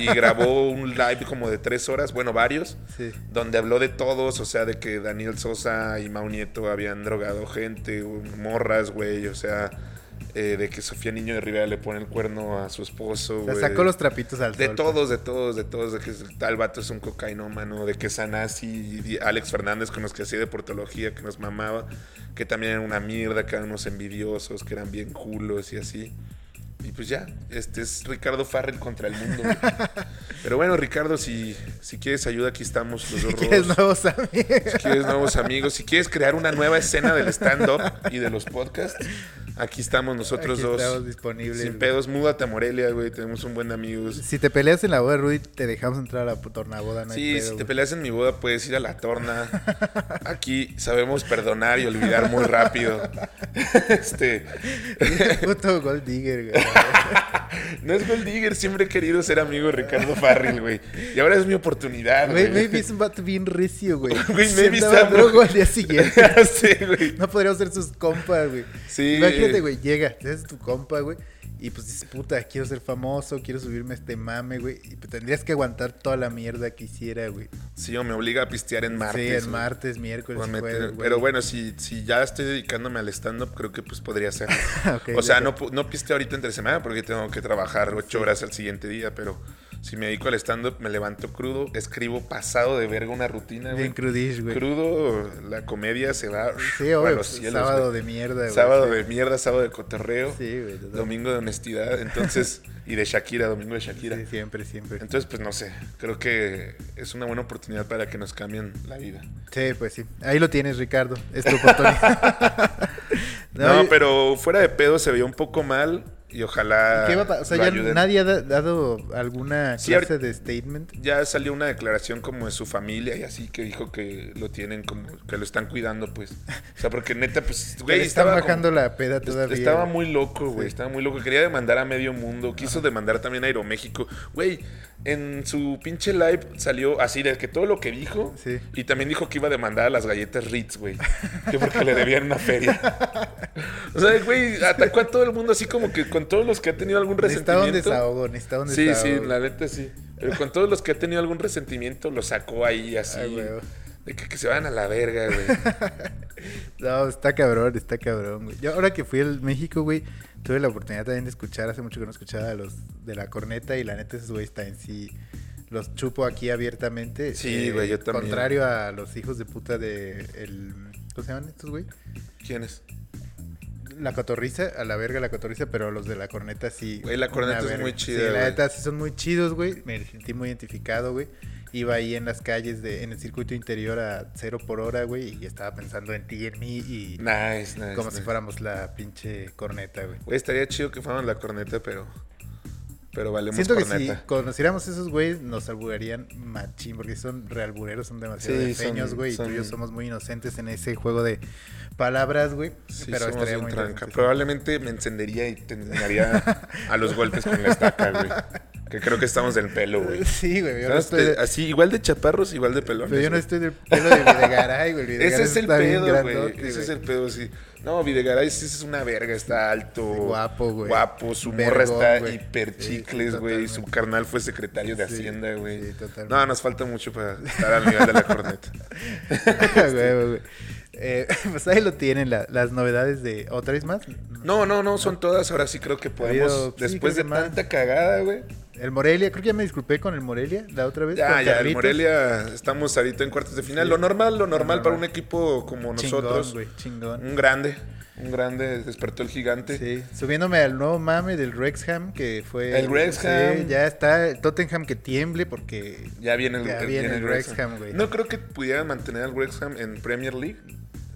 A: y grabó un live como de tres horas, bueno, varios,
B: Sí.
A: donde habló de todos, o sea, de que Daniel Sosa y Mau Nieto habían drogado gente, morras, güey, o sea, eh, de que Sofía Niño de Rivera le pone el cuerno a su esposo,
B: O sea,
A: güey.
B: sacó los trapitos al
A: Pues, De
B: sol,
A: todos, de todos, de todos, de que tal vato es un cocainómano, de que Sanasi y Alex Fernández con los que hacía deportología, que nos mamaba, que también era una mierda, que eran unos envidiosos, que eran bien culos y así. Y pues ya, este es Ricardo Farrell contra el mundo.
B: [LAUGHS]
A: güey. Pero bueno, Ricardo, si, si quieres ayuda, aquí estamos los dos
B: pues. [LAUGHS] ¿Quieres
A: rudos.
B: nuevos amigos?
A: Si quieres nuevos amigos, si quieres crear una nueva escena del stand-up y de los podcasts, aquí estamos nosotros
B: Aquí
A: dos.
B: Estamos disponibles.
A: Sin
B: güey.
A: pedos, múdate a Morelia, güey. Tenemos un buen de amigos.
B: Si te peleas en la boda, Rudy, te dejamos entrar a la tornaboda. No hay
A: Sí,
B: pedo,
A: si te
B: güey.
A: peleas en mi boda puedes ir a la torna. Aquí sabemos perdonar y olvidar muy rápido. Este,
B: [LAUGHS] Puto Gold Digger, güey.
A: no es Gold Digger, siempre he querido ser amigo de Ricardo Farrell, güey. Y ahora es mi oportunidad,
B: Güey,
A: [LAUGHS] güey.
B: Maybe es un vato bien recio, güey.
A: Güey,
B: Se
A: maybe
B: andaba
A: está-
B: drogo al día siguiente.
A: sí, güey.
B: No podríamos ser sus compas, güey.
A: Sí.
B: Imagínate, güey, llega, es tu compa, güey. Y pues dices, puta, quiero ser famoso, quiero subirme a este mame, güey. Y pues, tendrías que aguantar toda la mierda que hiciera, güey.
A: Sí, o me obliga a pistear en martes.
B: sí, el
A: güey.
B: martes, miércoles,
A: O a meter-
B: jueves, güey.
A: Pero bueno, si, si ya estoy dedicándome al stand-up, creo que pues podría ser.
B: [LAUGHS] Ok,
A: o sea,
B: ya.
A: no, pu- no pisteo ahorita entre semana porque tengo que trabajar ocho horas al siguiente día, pero si me dedico al stand-up, me levanto crudo, escribo pasado de verga una rutina, güey.
B: Bien crudish, güey.
A: Crudo, la comedia se va [LAUGHS]
B: Sí,
A: a
B: obvio.
A: los
B: pues,
A: cielos.
B: sábado
A: güey.
B: de mierda, güey.
A: Sábado
B: Sí.
A: de mierda, sábado de cotorreo,
B: Sí, güey. total.
A: domingo de honestidad,
B: [LAUGHS]
A: entonces, y de Shakira, domingo de Shakira.
B: Sí, siempre, siempre.
A: Entonces, pues no sé, creo que es una buena oportunidad para que nos cambien la vida.
B: Sí, pues sí. Ahí lo tienes, Ricardo. Es tu oportunidad.
A: [LAUGHS] No,
B: yo-
A: pero fuera de pedo se veía un poco mal. Y ojalá.
B: ¿Qué va a pa- o sea,
A: lo
B: ya
A: ayuden.
B: nadie ha da- dado alguna
A: Sí,
B: clase de statement.
A: Ya salió una declaración como de su familia y así que dijo que lo tienen como que lo están cuidando, pues. O sea, porque neta,
B: [LAUGHS]
A: pues,
B: Que
A: güey,
B: le están
A: estaba como-
B: bajando la peda todavía.
A: Estaba muy loco, güey.
B: Sí.
A: Estaba muy loco. Quería demandar a medio mundo. Quiso demandar también a Aeroméxico. Güey, en su pinche live salió así de que todo lo que dijo.
B: Sí.
A: Y también dijo que iba a demandar a las galletas Ritz, güey. Que porque le debían una
B: [LAUGHS]
A: feria. O sea, güey, atacó a todo el mundo así como que con todos los que ha tenido algún
B: Necesitaba un
A: resentimiento.
B: desahogo, necesitaba un
A: Sí,
B: desahogo.
A: sí, la neta sí. Pero con todos los que ha tenido algún resentimiento, lo sacó ahí así.
B: Ay, güey.
A: de que, que se van a la verga, güey.
B: [LAUGHS] No, está cabrón, está cabrón, güey. Yo ahora que fui al México, güey, tuve la oportunidad también de escuchar, hace mucho que no escuchaba a los de la corneta y la neta esos güeyes también sí los chupo aquí abiertamente. este,
A: Sí, güey, yo también.
B: Contrario a los hijos de puta de el ¿cómo se llaman estos, güey?
A: ¿Quién es?
B: La cotorriza, a la verga la cotorriza, pero los de la corneta sí.
A: Güey, la corneta
B: una
A: es
B: verga.
A: muy chida,
B: Sí, la
A: güey.
B: neta sí son muy chidos, güey. Me sentí muy identificado, güey. Iba ahí en las calles, de, en el circuito interior a cero por hora, güey, y estaba pensando en ti y en mí y
A: Nice, nice.
B: como si
A: nice.
B: fuéramos la pinche corneta, güey.
A: Güey, estaría chido que fuéramos la corneta, pero. Pero valemos
B: Siento que
A: corneta.
B: si conociéramos esos güeyes, nos alburearían machín, porque son realbureros, son demasiado
A: Sí,
B: pequeños,
A: son-
B: güey, y
A: son-
B: tú y yo somos muy inocentes en ese juego de palabras, güey.
A: Sí,
B: pero
A: somos
B: estaría
A: bien
B: muy
A: tranca.
B: interesante.
A: Probablemente me encendería y te enseñaría a los golpes con la estaca, güey. Que creo que estamos del pelo, güey.
B: [LAUGHS] Sí, güey, yo no
A: ¿Sabes?
B: estoy... de-
A: Te- Así, igual de chaparros, igual de pelones.
B: Pero yo no
A: güey.
B: estoy del pelo de Videgaray, güey. Videgaray
A: Ese es el
B: está bien
A: pedo, güey. Ese
B: grandote,
A: es
B: güey.
A: el pedo, sí. No, Videgaray sí es una verga, está alto.
B: guapo, güey.
A: Guapo, su morra
B: Vergón,
A: está
B: güey.
A: hiper
B: Sí,
A: chicles, güey. Su
B: totalmente.
A: carnal fue secretario de
B: Sí,
A: Hacienda, güey.
B: sí, totalmente.
A: No, nos falta mucho para estar al nivel de la
B: [LAUGHS]
A: corneta.
B: Güey, güey. Eh, [LAUGHS] pues ahí lo tienen la- las novedades de otra vez más.
A: No, no, no, son todas. Ahora sí creo que podemos.
B: habido- sí,
A: después
B: creo
A: de
B: que más.
A: tanta cagada, güey.
B: El Morelia, creo que ya me disculpé con el Morelia la otra vez.
A: Ah, Ya,
B: Pues, con
A: ya, el
B: Carlitos.
A: Morelia estamos ahorita en cuartos de final.
B: Sí.
A: Lo normal, lo normal para un
B: normal.
A: equipo como
B: Chingón,
A: nosotros.
B: güey, chingón.
A: un grande, un grande, despertó el gigante.
B: Sí, Este, subiéndome al nuevo mame del Rexham, que fue...
A: El Wrexham.
B: Sí, ya está el Tottenham que tiemble porque...
A: Ya viene el,
B: Ya viene el Wrexham, güey.
A: No creo que pudieran mantener al Wrexham en Premier League.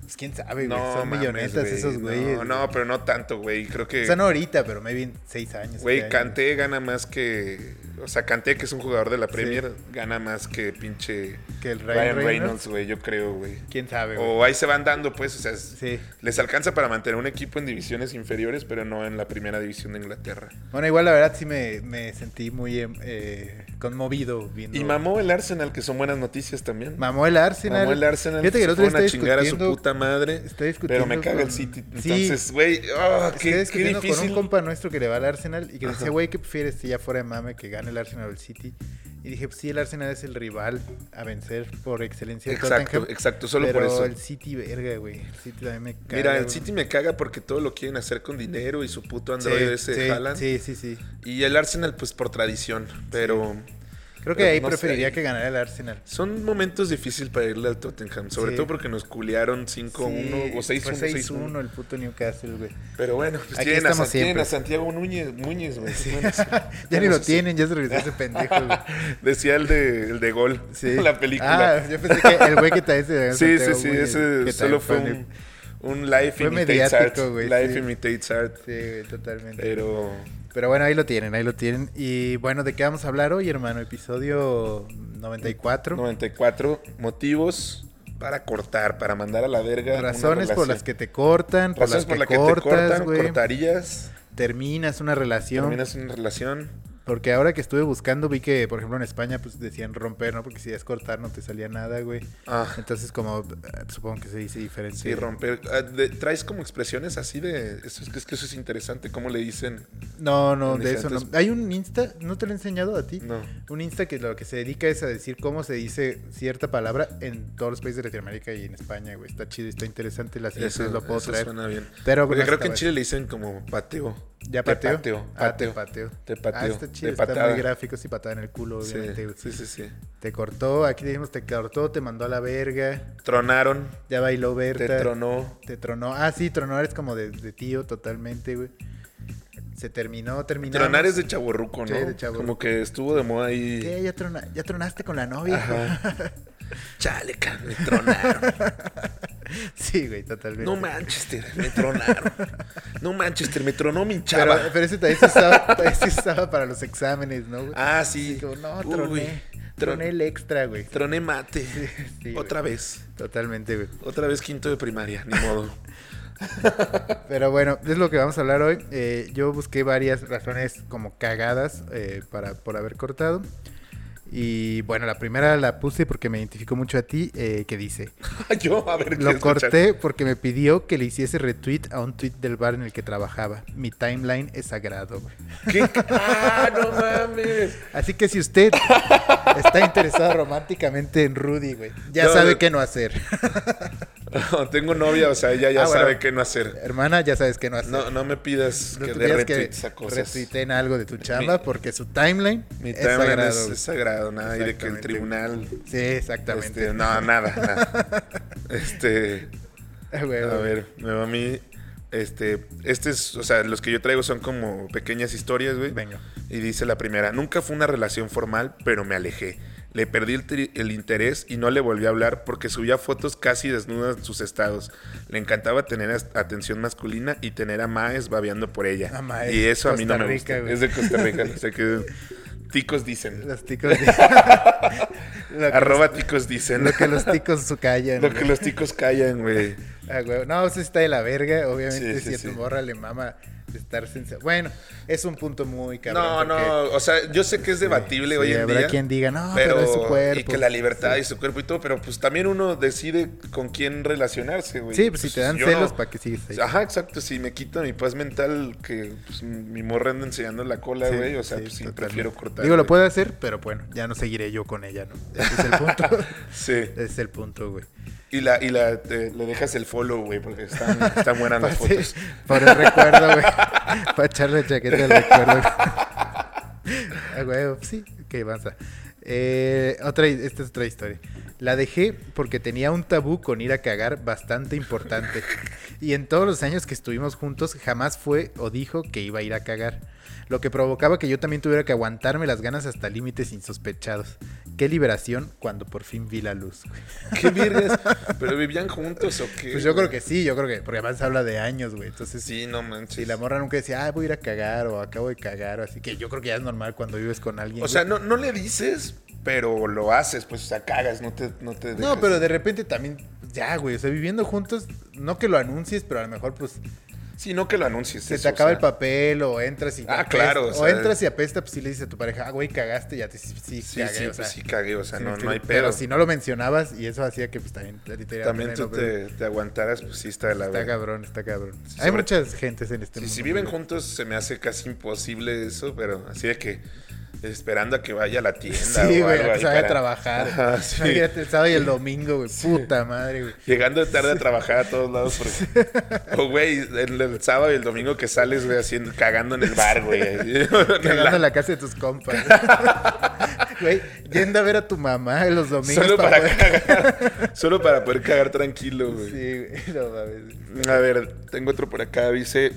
B: Pues, quién sabe, güey.
A: no,
B: son
A: mames,
B: millonetas
A: güey.
B: esos güeyes.
A: No,
B: güey.
A: no, pero no tanto, güey. Creo que.
B: O sea, no ahorita, pero maybe en seis años.
A: Güey,
B: siete años.
A: Kanté gana más que. O sea, Kanté, que es un jugador de la Premier, gana más que pinche.
B: Que el Ryan
A: Ryan
B: Reynolds,
A: Reynolds, güey, yo creo, güey.
B: Quién sabe, güey.
A: O ahí se van dando, pues, o sea, es-
B: Sí.
A: les alcanza para mantener un equipo en divisiones inferiores, pero no en la primera división de Inglaterra.
B: Bueno, igual la verdad sí me, me sentí muy em, eh, conmovido viendo.
A: Y mamó el Arsenal, que son buenas noticias también.
B: Mamó el Arsenal.
A: Mamó el Arsenal,
B: Fíjate que el otro
A: se
B: día
A: fueron a
B: está
A: chingar a su
B: discutiendo-
A: puta madre,
B: está
A: pero
B: discutiendo
A: me caga el
B: con-
A: City.
B: Sí.
A: Entonces, güey, ah,
B: está
A: qué, qué
B: discutiendo con
A: difícil.
B: un compa nuestro que le va al Arsenal y que
A: Ajá.
B: decía, güey, ¿qué prefieres si ya fuera de mame que gane el Arsenal o el City? Y dije, pues sí, el Arsenal es el rival a vencer por excelencia. del
A: Exacto,
B: Tottenham,
A: exacto, solo
B: pero
A: por eso.
B: el City, verga, güey. El City también me caga.
A: Mira, el
B: güey.
A: City me caga porque todo lo quieren hacer con dinero y su puto
B: Sí,
A: androide ese de
B: sí,
A: Haaland.
B: sí, sí, sí.
A: Y el Arsenal, pues por tradición. Pero
B: Creo que
A: Pero
B: ahí
A: no sé,
B: preferiría
A: ahí-
B: que ganara el Arsenal.
A: son momentos difíciles para irle al Tottenham. Sobre
B: Sí.
A: todo porque nos culearon 5-1 o 6-1.
B: Sí, fue
A: 6-1.
B: 6-1 el puto Newcastle,
A: [LAUGHS]
B: güey.
A: Pero bueno, pues
B: Aquí
A: tienen, a,
B: estamos
A: San- tienen
B: siempre.
A: a Santiago Núñez, Muñez, güey. Bueno, sí.
B: [LAUGHS] ya ni
A: No
B: lo
A: sé si-
B: tienen, ya se
A: [LAUGHS]
B: regresó ese pendejo, güey.
A: Decía el de, el de gol, [LAUGHS]
B: Sí.
A: la película.
B: Ah, yo pensé que el güey que trae ese.
A: sí, sí,
B: Santiago,
A: sí,
B: güey,
A: ese
B: que
A: solo
B: también
A: fue
B: de-
A: un, un life
B: Fue
A: imitates
B: mediático,
A: art.
B: güey,
A: life
B: sí.
A: imitates art.
B: Sí, güey, totalmente.
A: Pero
B: Pero bueno, ahí lo tienen, ahí lo tienen. Y bueno, ¿de qué vamos a hablar hoy, hermano? Episodio 94.
A: 94 motivos para cortar, para mandar a la verga. una
B: Razones por
A: relación.
B: las que te cortan, por
A: Razones por las
B: las que,
A: que te
B: cortas,
A: cortan,
B: güey.
A: cortarías,
B: Terminas una relación.
A: terminas una relación.
B: Porque ahora que estuve buscando, vi que, por ejemplo, en España, pues decían romper, ¿no? Porque si es cortar, no te salía nada, güey.
A: Ah,
B: Entonces, como eh, supongo que se dice diferente.
A: sí, romper. Ah, de- ¿Traes como expresiones así de... Eso, es que es que eso es interesante, cómo le dicen...
B: No, no,
A: En
B: de eso no.
A: diferentes-
B: Hay un Insta, ¿no te lo he enseñado a ti?
A: No.
B: Un Insta que lo que se dedica es a decir cómo se dice cierta palabra en todos los países de Latinoamérica y en España, güey. Está chido, está interesante. La siguiente
A: Eso,
B: vez lo puedo
A: eso
B: traer.
A: suena bien.
B: Pero pues,
A: Porque
B: no
A: creo que en
B: estaba-
A: Chile le dicen como pateo.
B: ¿Ya
A: Te
B: pateó?
A: Pateo,
B: Ah, te
A: pateo.
B: pateó.
A: Te pateo,
B: Ah, está chido,
A: de
B: está
A: patada.
B: muy gráfico. Sí, patada en el culo,
A: Sí,
B: obviamente. güey.
A: sí, sí, sí.
B: Te cortó, aquí dijimos te cortó, te mandó a la verga.
A: Tronaron,
B: Ya bailó
A: te
B: Berta.
A: tronó.
B: Te tronó. Ah, sí, tronar es como de, de tío totalmente, güey. Se terminó, terminó.
A: Tronar es de chaborruco, ¿no?
B: Sí, de chavorruco.
A: Como que estuvo de moda ahí.
B: ¿Qué? ¿Ya, trona- ya tronaste con la novia?
A: Ajá. Chale, cabrón, me tronaron.
B: [LAUGHS] Sí, güey, totalmente.
A: No Manchester, me tronaron. No Manchester, me tronó mi
B: pero,
A: chava.
B: pero ese también
A: [LAUGHS]
B: se usaba, también se usaba para los exámenes, ¿no, güey?
A: ah, sí.
B: Así como, no,
A: Uy,
B: troné. troné
A: tron-
B: el extra, güey.
A: troné mate.
B: Sí, güey.
A: Otra vez.
B: Totalmente, güey.
A: Otra vez quinto de primaria, ni modo. [LAUGHS]
B: Pero bueno, es lo que vamos a hablar hoy. Eh, yo busqué varias razones como cagadas eh, para, por haber cortado. Y bueno, la primera la puse porque me identificó mucho a ti, eh, que dice,
A: Yo, a [LAUGHS] ver,
B: lo
A: quiero escuchar.
B: corté porque me pidió que le hiciese retweet a un tweet del bar en el que trabajaba. Mi timeline es sagrado. güey".
A: ¿Qué? ¡Ah, no mames!
B: Así que si usted está interesado románticamente en Rudy, güey, ya
A: No,
B: sabe
A: no.
B: qué no hacer.
A: No, tengo novia, o sea, ella ya
B: Ah, bueno.
A: sabe qué no hacer.
B: Hermana, ya sabes qué no hacer.
A: No, no me pidas
B: No
A: que
B: te
A: de
B: pidas
A: retweets a cosas.
B: retuiteen algo de tu chamba porque su timeline
A: Mi
B: es
A: timeline
B: sagrado.
A: es,
B: güey.
A: es sagrado, nada. Y de que el
B: Exactamente.
A: tribunal.
B: Sí, exactamente.
A: Este,
B: [LAUGHS]
A: no, nada, nada. Este.
B: Ah, güey,
A: A
B: güey.
A: ver, me va a mí. Este, este es, o sea, los que yo traigo son como pequeñas historias, güey.
B: Venga.
A: Y dice la primera, nunca fue una relación formal, pero me alejé. Le perdí el, tri- el interés y no le volví a hablar porque subía fotos casi desnudas en sus estados. Le encantaba tener as- atención masculina y tener a Maes babeando por ella.
B: A Maes,
A: y eso a mí no
B: Costa
A: me
B: Rica,
A: gusta.
B: güey.
A: Es de Costa Rica,
B: [LAUGHS]
A: o sea que ticos dicen.
B: Los
A: [LAUGHS]
B: ticos. de- [LAUGHS] lo, que
A: Arroba ticos
B: los,
A: dicen.
B: lo [LAUGHS] que los ticos su callan.
A: Lo
B: güey.
A: que los ticos callan, güey.
B: Ah, güey. No, eso está de la verga. Obviamente,
A: Sí,
B: si
A: sí,
B: a tu
A: sí.
B: morra le mama estar sensa. Bueno, es un punto muy cabrón.
A: No,
B: porque-
A: no, o sea, yo sé que es debatible
B: sí,
A: hoy en
B: habrá
A: día.
B: quien diga, no, pero,
A: pero,
B: es su cuerpo.
A: y que la libertad y su cuerpo y todo, pero pues también uno decide con quién relacionarse, güey.
B: Sí, pues si te dan
A: yo
B: celos,
A: no-
B: ¿para que sigues ahí?
A: Ajá, exacto, si me quita mi paz mental que pues, mi morra anda enseñando la cola,
B: Sí,
A: güey, o sea,
B: sí,
A: pues sí,
B: totalmente.
A: prefiero cortar.
B: Digo, lo
A: güey.
B: puede hacer, pero bueno, ya no seguiré yo con ella, ¿no? Ese es el punto.
A: [LAUGHS] Sí,
B: Ese es el punto, güey.
A: y la, y la, te- le dejas el follow, güey, porque están, están
B: [LAUGHS]
A: buenas las
B: Pa- sí,
A: fotos.
B: Por el recuerdo, güey. [LAUGHS] Para echarle chaqueta al
A: [LAUGHS]
B: recuerdo. güey. Ah, güey, sí, que avanza. Eh, otra, esta es otra historia. La dejé porque tenía un tabú con ir a cagar bastante importante. Y en todos los años que estuvimos juntos jamás fue o dijo que iba a ir a cagar. Lo que provocaba que yo también tuviera que aguantarme las ganas hasta límites insospechados. Qué liberación cuando por fin vi la luz. güey.
A: ¿Qué virgas? ¿Pero vivían juntos o qué?
B: Pues yo
A: güey?
B: creo que sí, yo creo que. Porque además habla de años, güey. Entonces
A: Sí, no manches.
B: si la morra nunca decía, ah, voy a ir a cagar o acabo de cagar, o así que yo creo que ya es normal cuando vives con alguien.
A: O
B: güey.
A: sea, no, no le dices, pero lo haces, pues, o sea, cagas, no te, no te
B: no,
A: dejas.
B: pero de repente también, pues, ya, güey, o sea, viviendo juntos, no que lo anuncies, pero a lo mejor pues
A: Sí, no que lo anuncies.
B: se
A: eso,
B: te
A: o
B: acaba
A: sea.
B: el papel o entras y
A: Ah,
B: apesta-
A: claro, o
B: o,
A: sea, eh.
B: entras y apesta, pues sí le dices a tu pareja, ah, güey, cagaste, ya te sí, sí,
A: Sí,
B: cagué",
A: sí,
B: o sea,
A: pues sí cagué, o sea,
B: sí me
A: no, no
B: explico.
A: hay
B: Pero
A: pedo.
B: si no lo mencionabas y eso hacía que pues también a ti te iba a
A: También
B: poner,
A: tú
B: ¿no? Pero
A: te, te aguantaras, pues sí está de la
B: Está
A: verga.
B: cabrón, está cabrón.
A: Sí,
B: Hay
A: sobre-
B: muchas gentes en este
A: Sí, si
B: mundo,
A: viven
B: güey.
A: juntos se me hace casi imposible eso, pero así de que esperando a que vaya a la tienda
B: [LAUGHS] Sí,
A: o
B: güey,
A: algo
B: que
A: ahí
B: se vaya a
A: para-
B: trabajar.
A: Ajá, sí.
B: [LAUGHS] Imagínate, el sábado y el domingo, güey. Puta madre, güey.
A: Llegando tarde a trabajar a todos lados. Porque... O, güey, el, el sábado y el domingo que sales, güey, haciendo, cagando en el bar,
B: [LAUGHS]
A: güey.
B: Cagando
A: Cagando
B: en la casa de tus compas. [LAUGHS] Güey, yendo a ver a tu mamá los domingos.
A: Solo
B: pa'
A: para
B: poder- [LAUGHS]
A: cagar. Solo para poder cagar tranquilo, güey.
B: Sí, güey, no mames.
A: A ver, tengo otro por acá. Dice,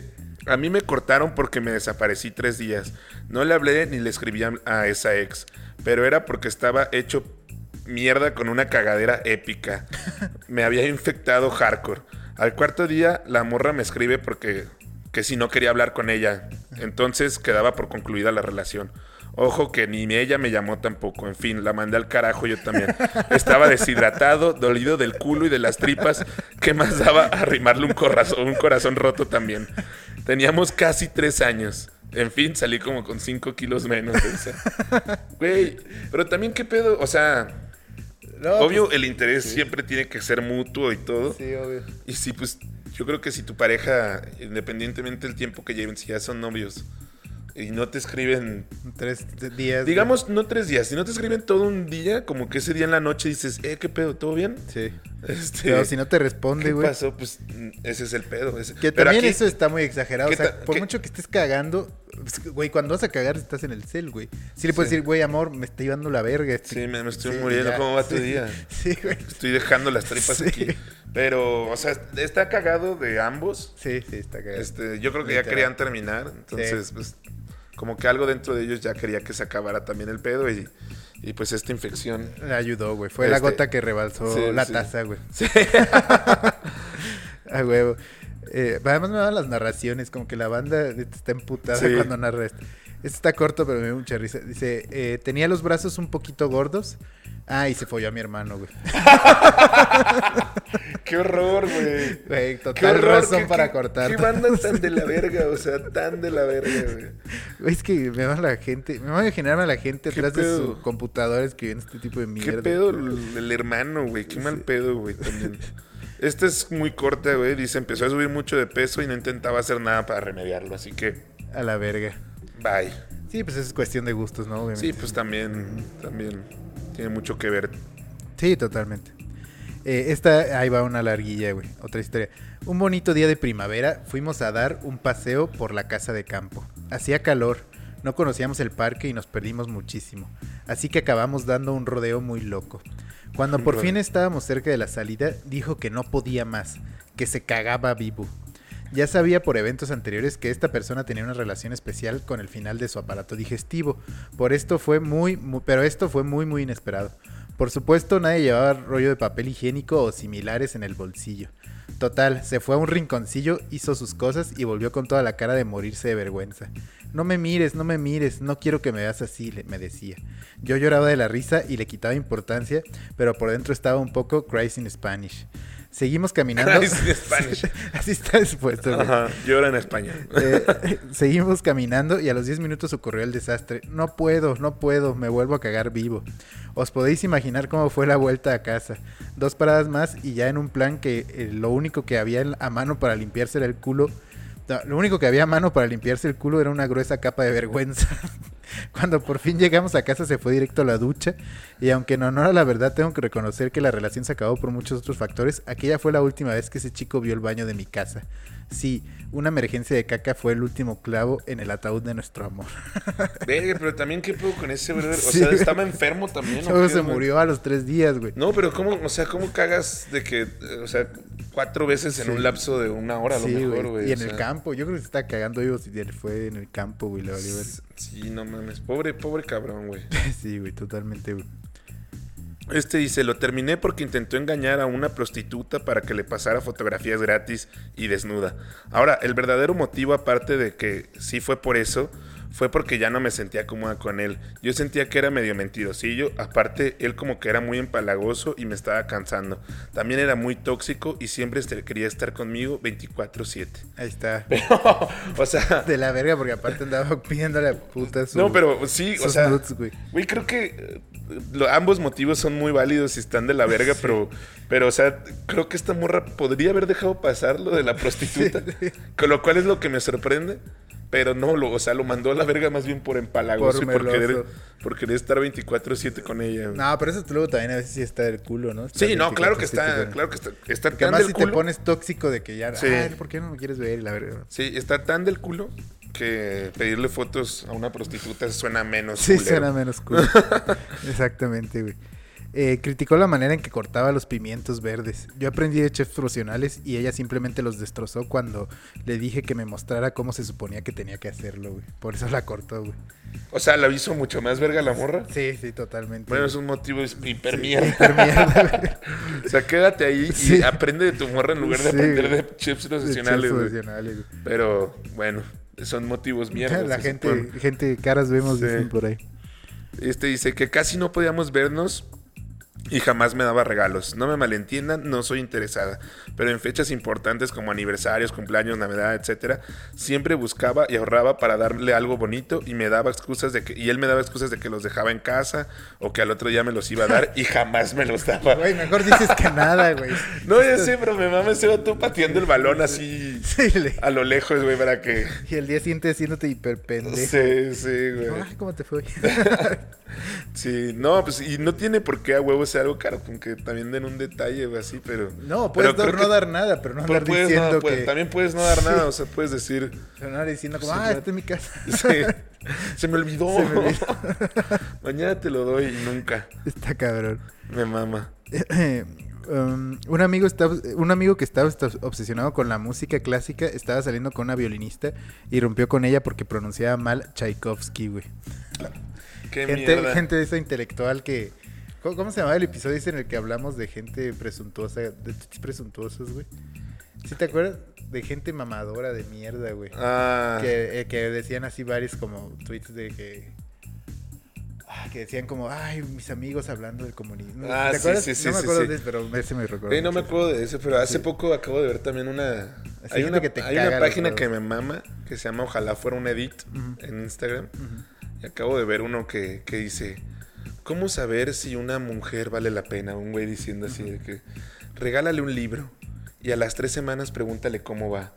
A: a mí me cortaron porque me desaparecí tres días. No le hablé ni le escribí a- a esa ex, pero era porque estaba hecho mierda con una cagadera épica. Me había infectado hardcore. Al cuarto día, la morra me escribe porque que si no quería hablar con ella. Entonces quedaba por concluida la relación. Ojo que ni ella me llamó tampoco. En fin, la mandé al carajo yo también. Estaba deshidratado, dolido del culo y de las tripas. ¿Qué más daba arrimarle un corazón, un corazón roto también? Teníamos casi tres años. En fin, salí como con cinco kilos menos. o sea. Güey, pero también qué pedo. O sea,
B: No,
A: obvio eh. el interés siempre tiene que ser mutuo y todo.
B: pues, sí, obvio.
A: Y sí, pues yo creo que si tu pareja, independientemente del tiempo que lleven, si ya son novios y no te escriben,
B: Tres días. güey.
A: digamos, no tres días, si no te escriben todo un día, como que ese día en la noche dices, eh, ¿qué pedo? ¿Todo bien?
B: Sí.
A: Este,
B: Pero si no te responde,
A: ¿Qué
B: güey.
A: pasó? Pues mm, ese es el pedo. ese-
B: Que
A: pero
B: también
A: aquí-
B: eso está muy exagerado. O
A: ¿Qué
B: sea,
A: ta-
B: por
A: qué-
B: mucho que estés cagando, pues, güey, cuando vas a cagar estás en el cel, güey. Sí le puedes
A: Sí.
B: decir, güey, amor, me está llevando la verga. este-
A: Sí, me, me estoy
B: Sí,
A: muriendo.
B: ya,
A: ¿Cómo va tu
B: sí.
A: día?
B: [LAUGHS] Sí, güey.
A: Estoy dejando las tripas
B: [LAUGHS] Sí.
A: aquí. Pero, o sea, está cagado de ambos.
B: Sí, sí, está cagado.
A: Este, yo creo que
B: Literal.
A: ya querían terminar, entonces, pues, como que algo dentro de ellos ya quería que se acabara también el pedo y, Y pues esta infección.
B: Le ayudó, güey. Fue la
A: Este-
B: gota que rebalsó
A: Sí,
B: la
A: sí.
B: taza, güey.
A: Sí.
B: [LAUGHS] A huevo. Eh, además me daban las narraciones, como que la banda está emputada
A: Sí.
B: cuando narra esto. Este está corto, pero me dio mucha risa. Dice, eh, tenía los brazos un poquito gordos. Ah, y se folló a mi hermano, güey.
A: Qué horror, güey.
B: Güey, total
A: Qué horror,
B: razón
A: qué-
B: para
A: qué-
B: cortar.
A: Qué banda tan de la verga, o sea, tan de la verga, güey.
B: Güey, es que me va la gente, me va a imaginarme a la gente
A: ¿Qué
B: atrás de su
A: pedo?
B: computadora escribiendo este tipo de
A: Qué
B: mierda.
A: pedo el, el hermano, güey. Qué mal pedo, güey. También. Esta es muy corta, güey. Dice, empezó a subir mucho de peso y no intentaba hacer nada para remediarlo. Así que,
B: A la verga.
A: bye.
B: Sí, pues es cuestión de gustos, ¿no? Obviamente.
A: Sí, pues también, también tiene mucho que ver.
B: Sí, totalmente. Eh, esta, ahí va una larguilla, güey. Otra historia. Un bonito día de primavera fuimos a dar un paseo por la casa de campo. Hacía calor, no conocíamos el parque y nos perdimos muchísimo. Así que acabamos dando un rodeo muy loco. Cuando
A: Un
B: por
A: rodeo.
B: fin estábamos cerca de la salida, dijo que no podía más, que se cagaba vivo. Ya sabía por eventos anteriores que esta persona tenía una relación especial con el final de su aparato digestivo. Por esto fue muy, mu- pero esto fue muy muy inesperado. Por supuesto, nadie llevaba rollo de papel higiénico o similares en el bolsillo. Total, se fue a un rinconcillo, hizo sus cosas y volvió con toda la cara de morirse de vergüenza. No me mires, no me mires, no quiero que me veas así, le- me decía. Yo lloraba de la risa y le quitaba importancia, pero por dentro estaba un poco Christ in Spanish.
A: [LAUGHS]
B: Seguimos caminando.
A: Christ in Spanish.
B: [LAUGHS] así está dispuesto,
A: [LAUGHS]
B: güey.
A: Ajá, llora en España.
B: Eh, [LAUGHS] seguimos caminando y a los 10 minutos ocurrió el desastre. No puedo, no puedo, me vuelvo a cagar vivo. Os podéis imaginar cómo fue la vuelta a casa. Dos paradas más y ya en un plan que eh, lo único que había en- a mano para limpiarse era el culo. No, lo único que había a mano para limpiarse el culo era una gruesa capa de vergüenza. [LAUGHS] Cuando por fin llegamos a casa se fue directo a la ducha y aunque en honor a la verdad tengo que reconocer que la relación se acabó por muchos otros factores, aquella fue la última vez que ese chico vio el baño de mi casa. Sí, una emergencia de caca fue el último clavo en el ataúd de nuestro amor.
A: Verga, pero también, ¿qué pedo con ese, brother? O
B: Sí,
A: sea,
B: güey.
A: estaba enfermo
B: [LAUGHS]
A: también. ¿o
B: Luego
A: qué,
B: se
A: güey?
B: murió a los tres días, güey.
A: No, pero ¿cómo, o sea, cómo cagas de que, eh, o sea, cuatro veces en
B: Sí.
A: un lapso de una hora a lo
B: Sí,
A: mejor, güey?
B: güey. Y
A: o
B: en el
A: sea.
B: campo, yo creo que se está cagando vivo si él fue en el campo, güey, le valió ver.
A: Sí, no mames. Pobre, pobre cabrón, güey.
B: [LAUGHS] Sí, güey, totalmente, güey.
A: Este dice, lo terminé porque intentó engañar a una prostituta para que le pasara fotografías gratis y desnuda. Ahora, el verdadero motivo, aparte de que sí fue por eso, fue porque ya no me sentía cómoda con él. Yo sentía que era medio mentirosillo, aparte él como que era muy empalagoso y me estaba cansando. También era muy tóxico y siempre este- quería estar conmigo 24/7.
B: Ahí está.
A: [LAUGHS]
B: [LAUGHS]
A: o sea...
B: De la verga, porque aparte andaba [LAUGHS] pidiéndole a puta su-
A: No, pero sí, o
B: sus
A: sea...
B: nudes, güey.
A: Güey, creo que eh, lo- ambos motivos son muy válidos y están de la verga, pero, pero, o sea, creo que esta morra podría haber dejado pasar lo de la
B: [LAUGHS]
A: prostituta, con lo cual es lo que me sorprende, pero no, lo, o sea, lo mandó a la verga más bien por empalagoso
B: Por
A: y por querer,
B: meloso.
A: por querer estar 24-7 con ella. güey.
B: No, pero eso luego también a veces sí está del culo, ¿no? Está
A: sí, no,
B: 24/7,
A: claro que está,
B: güey.
A: claro que está, está
B: Porque
A: tan
B: además
A: del
B: si te
A: culo.
B: pones tóxico de que ya,
A: Sí.
B: "Ay, ¿por qué no me quieres ver? Y La verga.
A: Sí, está tan del culo que pedirle fotos a una prostituta suena menos.
B: Sí,
A: culero.
B: suena menos cool. [LAUGHS] Exactamente, güey. Eh, criticó la manera en que cortaba los pimientos verdes. Yo aprendí de chefs profesionales y ella simplemente los destrozó cuando le dije que me mostrara cómo se suponía que tenía que hacerlo, güey. Por eso la cortó, güey.
A: O sea, la hizo mucho más verga la morra.
B: Sí, sí, totalmente.
A: Bueno,
B: güey.
A: es un motivo hiper
B: Hiper [LAUGHS]
A: [LAUGHS]
B: mierda, güey.
A: O sea, quédate ahí
B: Sí.
A: y aprende de tu morra en lugar de
B: Sí,
A: aprender
B: güey.
A: de chips
B: De chefs
A: profesionales, güey.
B: profesionales, güey.
A: Pero bueno, son motivos mierda.
B: la
A: se
B: gente,
A: supone.
B: gente caras vemos
A: Sí.
B: dicen por ahí.
A: Este dice que casi no podíamos vernos y jamás me daba regalos. No me malentiendan, no soy interesada. Pero en fechas importantes como aniversarios, cumpleaños, Navidad, etcétera, siempre buscaba y ahorraba para darle algo bonito y me daba excusas de que y él me daba excusas de que los dejaba en casa o que al otro día me los iba a dar y jamás me los daba.
B: [LAUGHS] Güey, este mejor dices que nada, güey. [LAUGHS]
A: No, ya sé, pero me mames, se va tú pateando el balón así
B: Sí, le-
A: a lo lejos, güey, para
B: [LAUGHS]
A: que.
B: Y el día siguiente haciéndote hiperpendejo.
A: Sí, sí, güey.
B: Ay, ¿cómo te fue?
A: Sí, no, pues, y no tiene por qué a huevo ser algo caro, con que también den un detalle, güey, así, pero.
B: No, puedes
A: pero
B: no,
A: creo
B: no
A: que-
B: dar nada, pero no
A: pero
B: andar
A: puedes no,
B: diciendo
A: puede-
B: que...
A: También puedes no dar
B: [LAUGHS]
A: nada, o sea, puedes decir.
B: Pero no andar diciendo como,
A: Sí,
B: ah,
A: claro.
B: esta es mi
A: [LAUGHS]
B: casa.
A: sí, se me olvidó.
B: Se me olvidó.
A: [LAUGHS] Mañana te lo doy y nunca.
B: Está cabrón.
A: Me mama.
B: [LAUGHS] um, un amigo está, un amigo que estaba está obsesionado con la música clásica estaba saliendo con una violinista y rompió con ella porque pronunciaba mal Tchaikovsky, güey.
A: Qué
B: Gente,
A: mierda.
B: gente de esa intelectual que. ¿Cómo, cómo se llamaba el episodio ese en el que hablamos de gente presuntuosa, de tits presuntuosas, güey? ¿Sí te acuerdas? De gente mamadora de mierda, güey.
A: Ah,
B: que, eh, que decían así varios como tweets de que. ah, Que decían como, ay, mis amigos hablando del comunismo.
A: Ah,
B: ¿Te
A: sí,
B: acuerdas?
A: sí, sí,
B: no me
A: sí,
B: acuerdo
A: sí.
B: de eso, pero ese me recuerdo.
A: eh, no me
B: mucho.
A: acuerdo de eso, pero hace
B: Sí.
A: poco acabo de ver también una.
B: Así
A: Hay
B: gente
A: una,
B: que te
A: hay
B: caga
A: una
B: los
A: página
B: huevos.
A: que me mama que se llama Ojalá fuera un edit
B: Ujú.
A: en Instagram.
B: Ujú.
A: Y acabo de ver uno que, que dice, ¿cómo saber si una mujer vale la pena? Un güey diciendo así de que, regálale un libro y a las tres semanas pregúntale cómo va.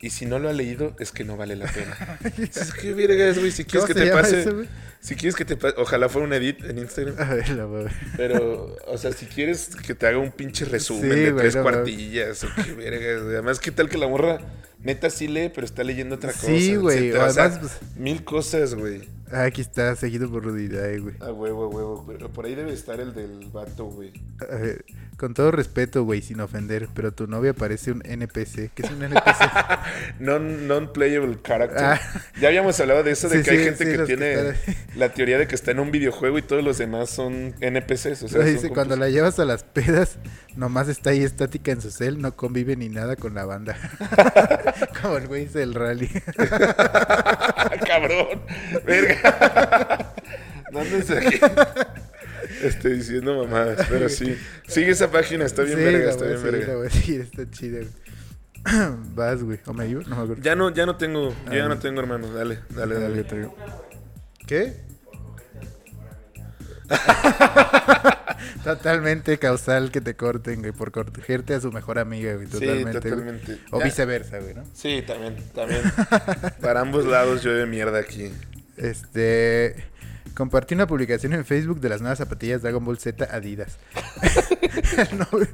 A: Y si no lo ha leído, es que no vale la
B: [LAUGHS]
A: pena. Dices, ¿Qué verga es, güey? Si quieres que
B: ¿Cómo se
A: te
B: llama
A: pase...
B: eso, güey?
A: si quieres que te pase... Ojalá fuera un edit en Instagram.
B: A ver, la voy a ver.
A: Pero, o sea, si quieres que te haga un pinche resumen
B: Sí,
A: de
B: güey,
A: tres
B: no,
A: cuartillas o qué verga. güey. Además, ¿qué tal que la morra neta sí lee, pero está leyendo otra cosa?
B: Sí, güey,
A: etcétera? O sea,
B: además, pues-
A: mil cosas, güey.
B: Ah, aquí está, seguido por Rudy Day, güey.
A: Ah, huevo, a huevo. Pero por ahí debe estar el del vato, güey.
B: A ver, con todo respeto, güey, sin ofender, pero tu novia parece un NPC. ¿Qué es
A: [LAUGHS]
B: un NPC?
A: Non- Non-playable character.
B: Ah.
A: Ya habíamos hablado de eso, de
B: Sí,
A: que hay
B: sí,
A: gente
B: sí,
A: que
B: los que
A: tiene
B: están-
A: la teoría de que está en un videojuego y todos los demás son NPCs. O sea, son
B: Dice, cuando
A: compu-
B: la llevas a las pedas, nomás está ahí estática en su cel, no convive ni nada con la banda. [LAUGHS] Como el güey del rally.
A: Cabrón. [LAUGHS] Verga. No andes aquí. Estoy diciendo mamadas, pero sí. Sigue esa página, está bien
B: Sí,
A: verga,
B: la
A: está
B: voy a
A: bien
B: seguir, la
A: verga.
B: voy a seguir, está chida. güey. Vas, güey. [CLEARS THROAT] ¿O me iba? No me acuerdo.
A: Ya no, ya no tengo, yo ya
B: Ah.
A: no tengo hermanos. Dale, dale, dale. [LAUGHS]
B: ¿Qué? Totalmente causal que te corten, güey, por cortegerte a su mejor amiga, güey.
A: Sí,
B: Totalmente. güey.
A: totalmente.
B: O
A: Ya.
B: viceversa, güey, ¿no?
A: Sí, también, también. Para ambos lados yo de mierda aquí.
B: Este. Compartí una publicación en Facebook de las nuevas zapatillas Dragon Ball Z Adidas. [LAUGHS] el, novio,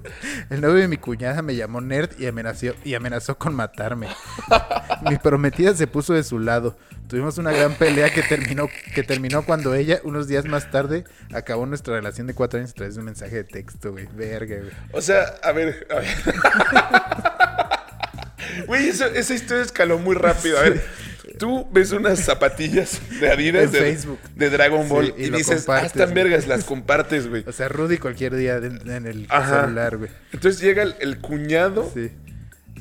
B: el novio de mi cuñada me llamó nerd y amenazó, y amenazó con matarme. mi prometida se puso de su lado. Tuvimos una gran pelea que terminó, que terminó cuando ella, unos días más tarde, acabó nuestra relación de cuatro años a través de un mensaje de texto, güey. Verga, güey.
A: O sea, a ver, a ver. [LAUGHS] Güey, eso- esa historia escaló muy rápido. A ver, tú ves unas zapatillas de Adidas
B: En
A: de,
B: Facebook.
A: de Dragon Ball
B: Sí, y
A: y,
B: lo
A: dices, ah,
B: compartes,
A: están
B: güey".
A: vergas,
B: [LAUGHS]
A: las compartes, güey.
B: O sea, Rudy cualquier día en, en el
A: Ajá.
B: celular, güey.
A: Entonces llega el, el cuñado
B: Sí.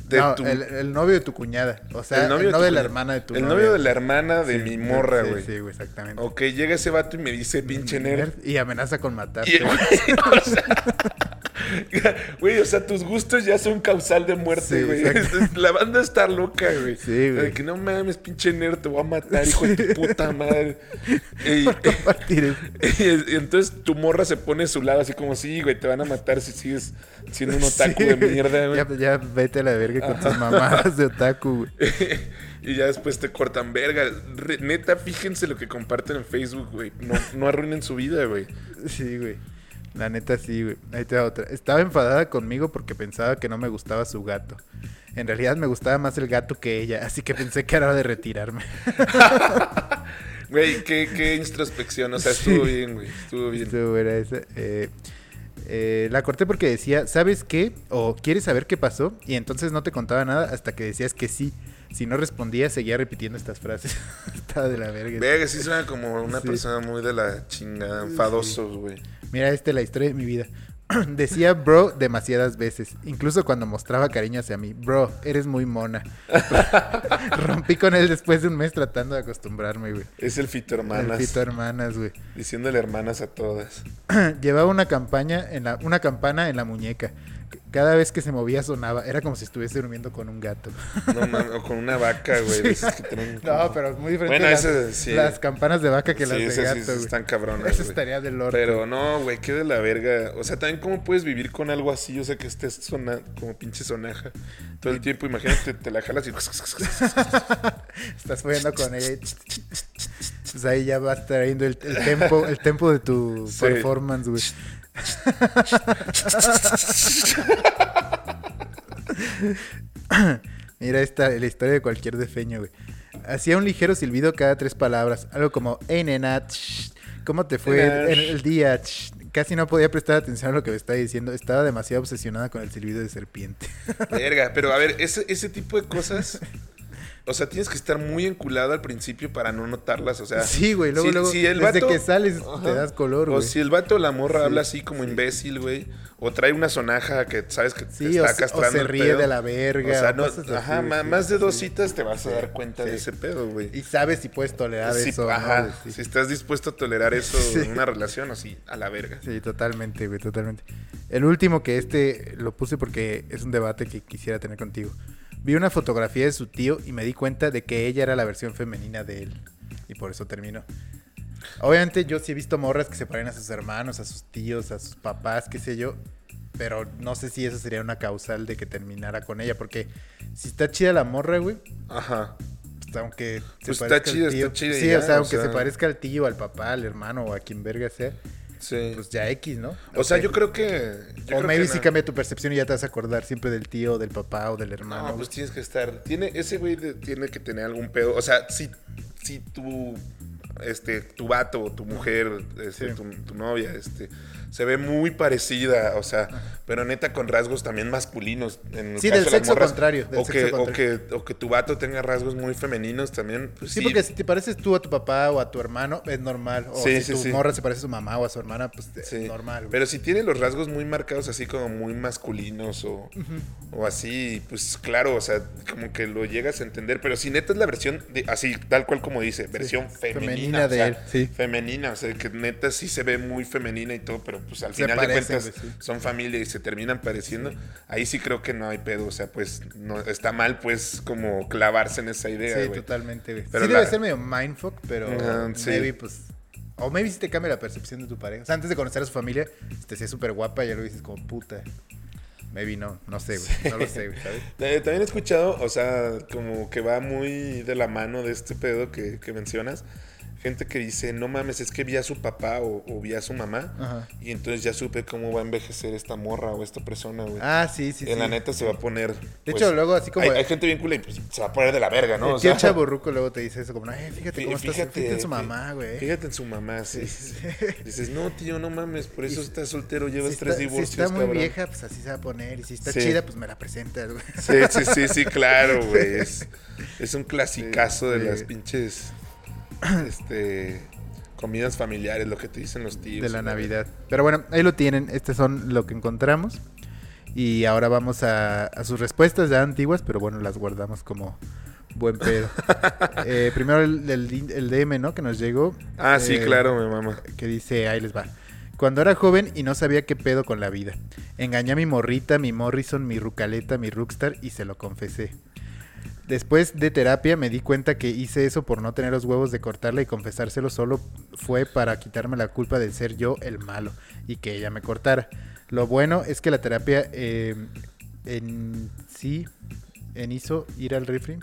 A: de
B: no,
A: tu...
B: el, el novio de tu cuñada. O sea,
A: el
B: el novio,
A: tu
B: de la
A: cuñado.
B: hermana de tu
A: El
B: novia.
A: novio de la hermana de
B: Sí,
A: mi morra,
B: sí,
A: güey.
B: Sí, Mm, güey, exactamente.
A: Ok, llega ese vato y me dice, pinche nerd.
B: Y amenaza con matar.
A: Y el [LAUGHS]
B: [LAUGHS]
A: güey, o sea, [LAUGHS] güey, o sea, tus gustos ya son causal de muerte,
B: Sí,
A: güey. [LAUGHS]
B: exacto.
A: la banda está loca, güey.
B: Sí, güey.
A: De que no mames, pinche nerd, te voy a matar, hijo de tu puta madre.
B: [LAUGHS]
A: Y, y- y entonces tu morra se pone a su lado, así como, sí, güey, te van a matar si sigues siendo un otaku de mierda, güey.
B: Ya, ya vete a la verga con tus mamadas de otaku, güey.
A: [LAUGHS] y ya después te cortan verga. Re- neta, fíjense lo que comparten en Facebook, güey. No, no arruinen su vida, güey.
B: Sí, güey. La neta sí, güey. Ahí te va otra. Estaba enfadada conmigo porque pensaba que no me gustaba su gato. En realidad me gustaba más el gato que ella, así que pensé que era hora de retirarme.
A: Güey, qué, qué introspección. O sea,
B: Sí.
A: estuvo bien, güey. Estuvo bien.
B: Estuvo buena esa. Eh, eh, la corté porque decía, ¿sabes qué? O ¿quieres saber qué pasó? Y entonces no te contaba nada hasta que decías que sí. Si no respondía, seguía repitiendo estas frases. [LAUGHS] Está de la verga.
A: Verga, sí suena como una
B: Sí.
A: persona muy de la chingada, enfadosos, güey.
B: Mira, esta es la historia de mi vida. [CLEARS THROAT] Decía bro demasiadas veces, incluso cuando mostraba cariño hacia mí. Bro, eres muy
A: [LAUGHS]
B: mona. [LAUGHS] Rompí con él después de un mes tratando de acostumbrarme, güey.
A: Es el fito hermanas.
B: Hermanas. hermanas, güey.
A: Diciéndole hermanas a todas.
B: Llevaba una campaña en la, una campana en la muñeca. C- Cada vez que se movía sonaba. Era como si estuviese durmiendo con un gato.
A: No mames, o con una vaca, güey. de esas que traen
B: [LAUGHS] No,
A: como-
B: pero es muy diferente
A: Bueno,
B: las,
A: esas sí.
B: las campanas de vaca que
A: Sí,
B: las de
A: esas sí
B: gato, güey.
A: están cabronas,
B: Esa
A: güey.
B: estaría del orto.
A: Pero no, güey, qué de la verga. O sea, también cómo puedes vivir con algo así, o sea, que estés sona como pinche sonaja todo el tiempo. Imagínate, te la jalas y... [LAUGHS]
B: [LAUGHS] Estás follando con ella. y Pues ahí ya vas trayendo el, el tempo, el tempo de tu
A: Sí.
B: performance, güey. [LAUGHS] Mira esta, la historia de cualquier defeño, güey. Hacía un ligero silbido cada tres palabras. Algo como, hey, nena, tsh, ¿cómo te fue
A: Nena,
B: el, el día? tsh, Casi no podía prestar atención a lo que me estaba diciendo. Estaba demasiado obsesionada con el silbido de serpiente.
A: Verga, pero a ver, ese, ese tipo de cosas. O sea, tienes que estar muy enculado al principio para no notarlas. O sea,
B: Sí, güey. Luego,
A: si-
B: luego,
A: si el
B: desde
A: vato-
B: que sales
A: Ajá.
B: te das color,
A: O
B: güey.
A: si el vato o la morra
B: Sí,
A: habla así como imbécil, güey. O trae una sonaja que sabes que
B: Sí,
A: te
B: o,
A: está
B: se- o
A: castrando.
B: se
A: el
B: ríe
A: pedo.
B: de la verga.
A: O sea,
B: o
A: no,
B: cosas así,
A: ajá,
B: güey,
A: ma-
B: sí,
A: más de dos
B: sí.
A: citas te vas a
B: Sí,
A: dar cuenta de
B: sí.
A: ese pedo, güey.
B: Y sabes si puedes tolerar
A: Sí,
B: eso. o no,
A: ajá,
B: güey, sí.
A: si estás dispuesto a tolerar eso
B: Sí.
A: en una relación así, a la verga.
B: Sí, totalmente, güey, totalmente. El último que este lo puse porque es un debate que quisiera tener contigo. Vi una fotografía de su tío y me di cuenta de que ella era la versión femenina de él. Y por eso terminó. Obviamente yo sí he visto morras que se paren a sus hermanos, a sus tíos, a sus papás, qué sé yo. Pero no sé si eso sería una causal de que terminara con ella. Porque si está chida la morra, güey,
A: Ajá.
B: pues, aunque se
A: Pues está
B: parezca al
A: chida, está
B: tío.
A: chida y
B: Sí,
A: ya,
B: o sea,
A: o
B: aunque se
A: sea.
B: parezca al tío, al papá, al hermano o a quien verga sea,
A: Sí.
B: pues ya X, ¿no?
A: o sea,
B: Ok.
A: yo creo que. yo
B: o
A: creo
B: maybe
A: que
B: sí
A: na-
B: cambia tu percepción y ya te vas a acordar siempre del tío, del papá o del hermano.
A: No, pues tienes que estar. Tiene, ese güey de- tiene que tener algún pedo. O sea, si, si tu, este, tu vato, tu mujer, este,
B: Sí.
A: tu, tu novia, este, se ve muy parecida, o sea, pero neta con rasgos también masculinos. En el
B: Sí,
A: caso
B: del
A: de las
B: sexo
A: morras.
B: contrario, del
A: o, que,
B: sexo
A: o que- o que tu vato tenga rasgos muy femeninos también. pues
B: sí,
A: sí,
B: porque si te pareces tú a tu papá o a tu hermano, es normal. O
A: Sí,
B: si
A: sí,
B: tu
A: sí.
B: morra se parece a su mamá o a su hermana, pues es
A: sí.
B: normal. güey.
A: Pero si tiene los rasgos muy marcados, así como muy masculinos o, o así, pues claro, o sea, como que lo llegas a entender. Pero si neta es la versión, de, así, tal cual como dice, versión femenina.
B: Femenina
A: o
B: de
A: sea,
B: él, sí.
A: Femenina, o sea, que neta sí se ve muy femenina y todo, pero pues al
B: Se
A: final
B: parecen,
A: de cuentas
B: güey, sí.
A: son familia y se terminan pareciendo. Ahí sí creo que no hay pedo, o sea, pues no está mal, pues, como clavarse en esa idea,
B: sí,
A: güey.
B: totalmente. güey.
A: Pero
B: sí
A: la-
B: debe ser medio mindfuck, pero
A: Ajá, sí.
B: maybe pues... O maybe si te cambia la percepción de tu pareja. O sea, antes de conocer a su familia, si te hacía súper guapa y ya lo dices como puta. Maybe no, no sé, güey. No lo
A: [LAUGHS]
B: sé, güey, ¿sabes?
A: Eh, También he escuchado, o sea, como que va muy de la mano de este pedo que, que mencionas. Gente que dice, no mames, es que vi a su papá o, o vi a su mamá.
B: Ajá.
A: Y entonces ya supe cómo va a envejecer esta morra o esta persona, güey.
B: Ah, sí, sí,
A: en la
B: sí.
A: neta se va a poner. pues,
B: De hecho, luego así como-
A: Hay, hay gente bien cool y pues, se va a poner de la verga, ¿no?
B: el
A: O
B: tío
A: sea,
B: chaburruco luego te dice eso, como, "Ay, fíjate
A: fí-
B: cómo estás, fíjate en su
A: fí-
B: mamá, güey.
A: Fíjate en su mamá, sí.
B: Sí,
A: sí, sí.
B: [LAUGHS]
A: Dices, no, tío, no mames, por eso
B: Y-
A: estás soltero, llevas
B: si
A: tres
B: está,
A: divorcios,
B: Si está muy
A: cabrón.
B: vieja, pues así se va a poner. Y si está
A: Sí.
B: chida, pues me la presentas, güey.
A: Sí, sí, sí, sí, claro, güey. Es, es un clasicazo de
B: sí.
A: las pinches este, comidas familiares, lo que te dicen los tíos.
B: De la
A: ¿no?
B: Navidad. Pero bueno, ahí lo tienen. Este son lo que encontramos. Y ahora vamos a, a sus respuestas ya antiguas, pero bueno, las guardamos como buen
A: [LAUGHS]
B: pedo. Eh, primero el, el- el DM, ¿no? Que nos llegó.
A: Ah, sí,
B: Eh,
A: claro, mi mamá.
B: que dice, ahí les va. Cuando era joven y no sabía qué pedo con la vida. Engañé a mi morrita, mi Morrison, mi Rucaleta, mi Rockstar y se lo confesé. Después de terapia me di cuenta que hice eso por no tener los huevos de cortarla y confesárselo solo fue para quitarme la culpa de ser yo el malo y que ella me cortara. Lo bueno es que la terapia eh, en sí, en hizo ir al refri.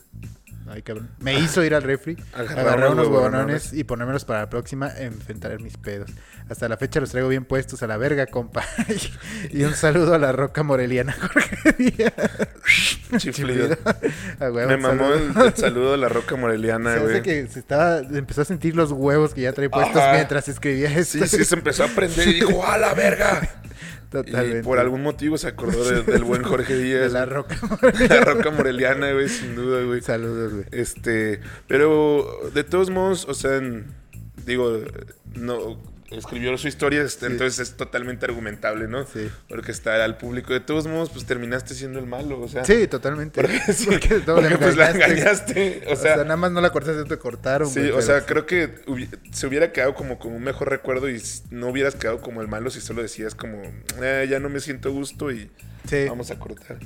B: Ay, cabrón. Me hizo ir al refri,
A: Agarrar
B: agarrar
A: unos
B: unos
A: huevonones.
B: huevonones y ponérmelos para la próxima enfrentar mis pedos. Hasta la fecha los traigo bien puestos a la verga, compa. [LAUGHS] y un saludo a la roca moreliana, [LAUGHS] Jorge Díaz.
A: Chiflido.
B: A huevo,
A: Me
B: un
A: mamó
B: saludo. [LAUGHS]
A: el, el saludo de la roca moreliana,
B: Se hace
A: güey.
B: que se estaba, empezó a sentir los huevos que ya trae puestos
A: Ajá.
B: mientras escribía esto.
A: Sí,
B: [LAUGHS]
A: sí, se empezó a aprender y dijo, ¡a la verga!
B: Totalmente.
A: Y por algún motivo se acordó de- del
B: [LAUGHS]
A: buen Jorge
B: De
A: Díaz.
B: la
A: La... [LAUGHS]
B: roca.
A: la roca moreliana, güey, sin duda, güey.
B: Saludos, güey.
A: Este, pero de todos modos, o sea, en- digo, no escribió su historia, este,
B: Sí.
A: entonces es totalmente argumentable, ¿no?
B: Sí.
A: Porque está al público. De todos modos, pues terminaste siendo el malo, o sea. [LAUGHS]
B: Sí, totalmente.
A: Porque, sí,
B: Porque no,
A: porque,
B: la
A: pues la
B: engañaste.
A: engañaste. O sea,
B: nada más no la cortaste, te cortaron.
A: sí,
B: güey,
A: o
B: pero
A: sea, creo que hubi- se hubiera quedado como con un mejor recuerdo y s- no hubieras quedado como el malo si solo decías como, "Eh, ya no me siento gusto y
B: sí,
A: vamos a cortar.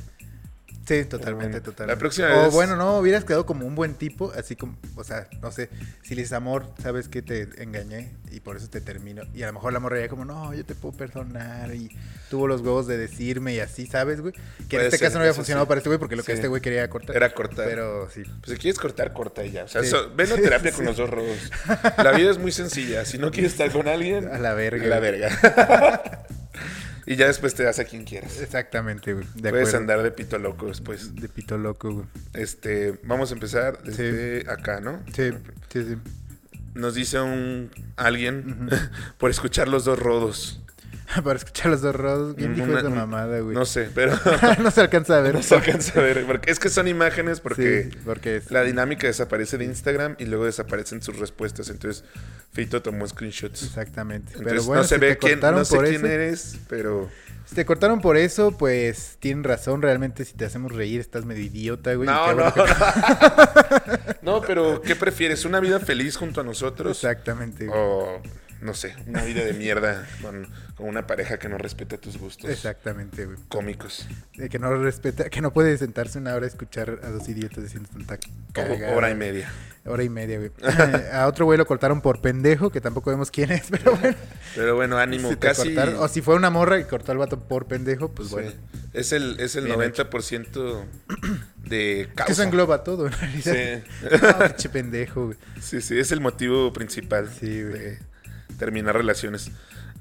B: sí, totalmente,
A: Bueno,
B: totalmente.
A: la próxima
B: O
A: vez-
B: bueno, no, hubieras quedado como un buen tipo, así como, o sea, no sé, si le dices amor, sabes que te engañé y por eso te termino. Y a lo mejor la morra ya como, no, yo te puedo perdonar y tuvo los huevos de decirme y así, ¿sabes, güey? Que en
A: Puede
B: este
A: ser,
B: caso no había
A: eso
B: funcionado
A: sí.
B: para este güey porque lo que
A: Sí.
B: este güey quería cortar.
A: Era cortar.
B: Pero sí.
A: Pues si quieres cortar, corta y ya. O sea,
B: Sí.
A: so- ven a
B: [LAUGHS]
A: terapia con los dos rodos. La vida es muy sencilla. Si no quieres estar con alguien,
B: A la verga,
A: a la
B: güey.
A: verga. [LAUGHS] y ya después te das a quien quieras.
B: Exactamente, güey. De
A: Puedes
B: acuerdo.
A: andar de pito loco después.
B: De pito loco, güey.
A: Este, vamos a empezar desde acá, ¿no?
B: Sí, sí, sí. [LAUGHS]
A: [LAUGHS] Nos dice un alguien por escuchar los dos rodos.
B: Para escuchar los dos rodos. ¿Quién dijo
A: Una-
B: esa
A: un-
B: mamada, güey?
A: No sé, pero
B: [LAUGHS] no se alcanza a ver.
A: no se alcanza a ver. porque- es que son imágenes porque
B: Sí, porque es-
A: la dinámica desaparece de Instagram y luego desaparecen sus respuestas. Entonces, Fito tomó screenshots.
B: Exactamente.
A: Entonces,
B: Pero bueno,
A: no se
B: si
A: ve
B: te
A: quién,
B: cortaron
A: no sé
B: por
A: quién
B: eso-
A: eres, pero
B: Si te cortaron por eso, pues tienen razón. Realmente, si te hacemos reír, estás medio idiota, güey. y
A: No,
B: qué bueno
A: no,
B: que- [LAUGHS]
A: no, pero ¿qué prefieres? ¿Una vida feliz junto a [LAUGHS] nosotros? oh,
B: Exactamente. güey.
A: O, no sé, una vida de mierda con, con una pareja que no respeta tus gustos
B: Exactamente, güey.
A: cómicos.
B: Eh, Que no respeta, que no puede sentarse una hora a escuchar a dos idiotas diciendo tanta cagada.
A: O- hora y media.
B: Hora y
A: [LAUGHS]
B: media, güey. Eh, a otro güey lo cortaron por pendejo, que tampoco vemos quién es, pero bueno.
A: Pero bueno, ánimo,
B: Si te
A: casi.
B: cortaron- o si fue una morra y cortó al vato por pendejo, pues
A: sí.
B: bueno.
A: Es el, es el
B: Bien
A: 90% de
B: Es que eso
A: causa.
B: engloba todo, en realidad. [LAUGHS] No, pinche pendejo, güey.
A: Sí, sí, es el motivo principal
B: Sí, güey.
A: de terminar relaciones.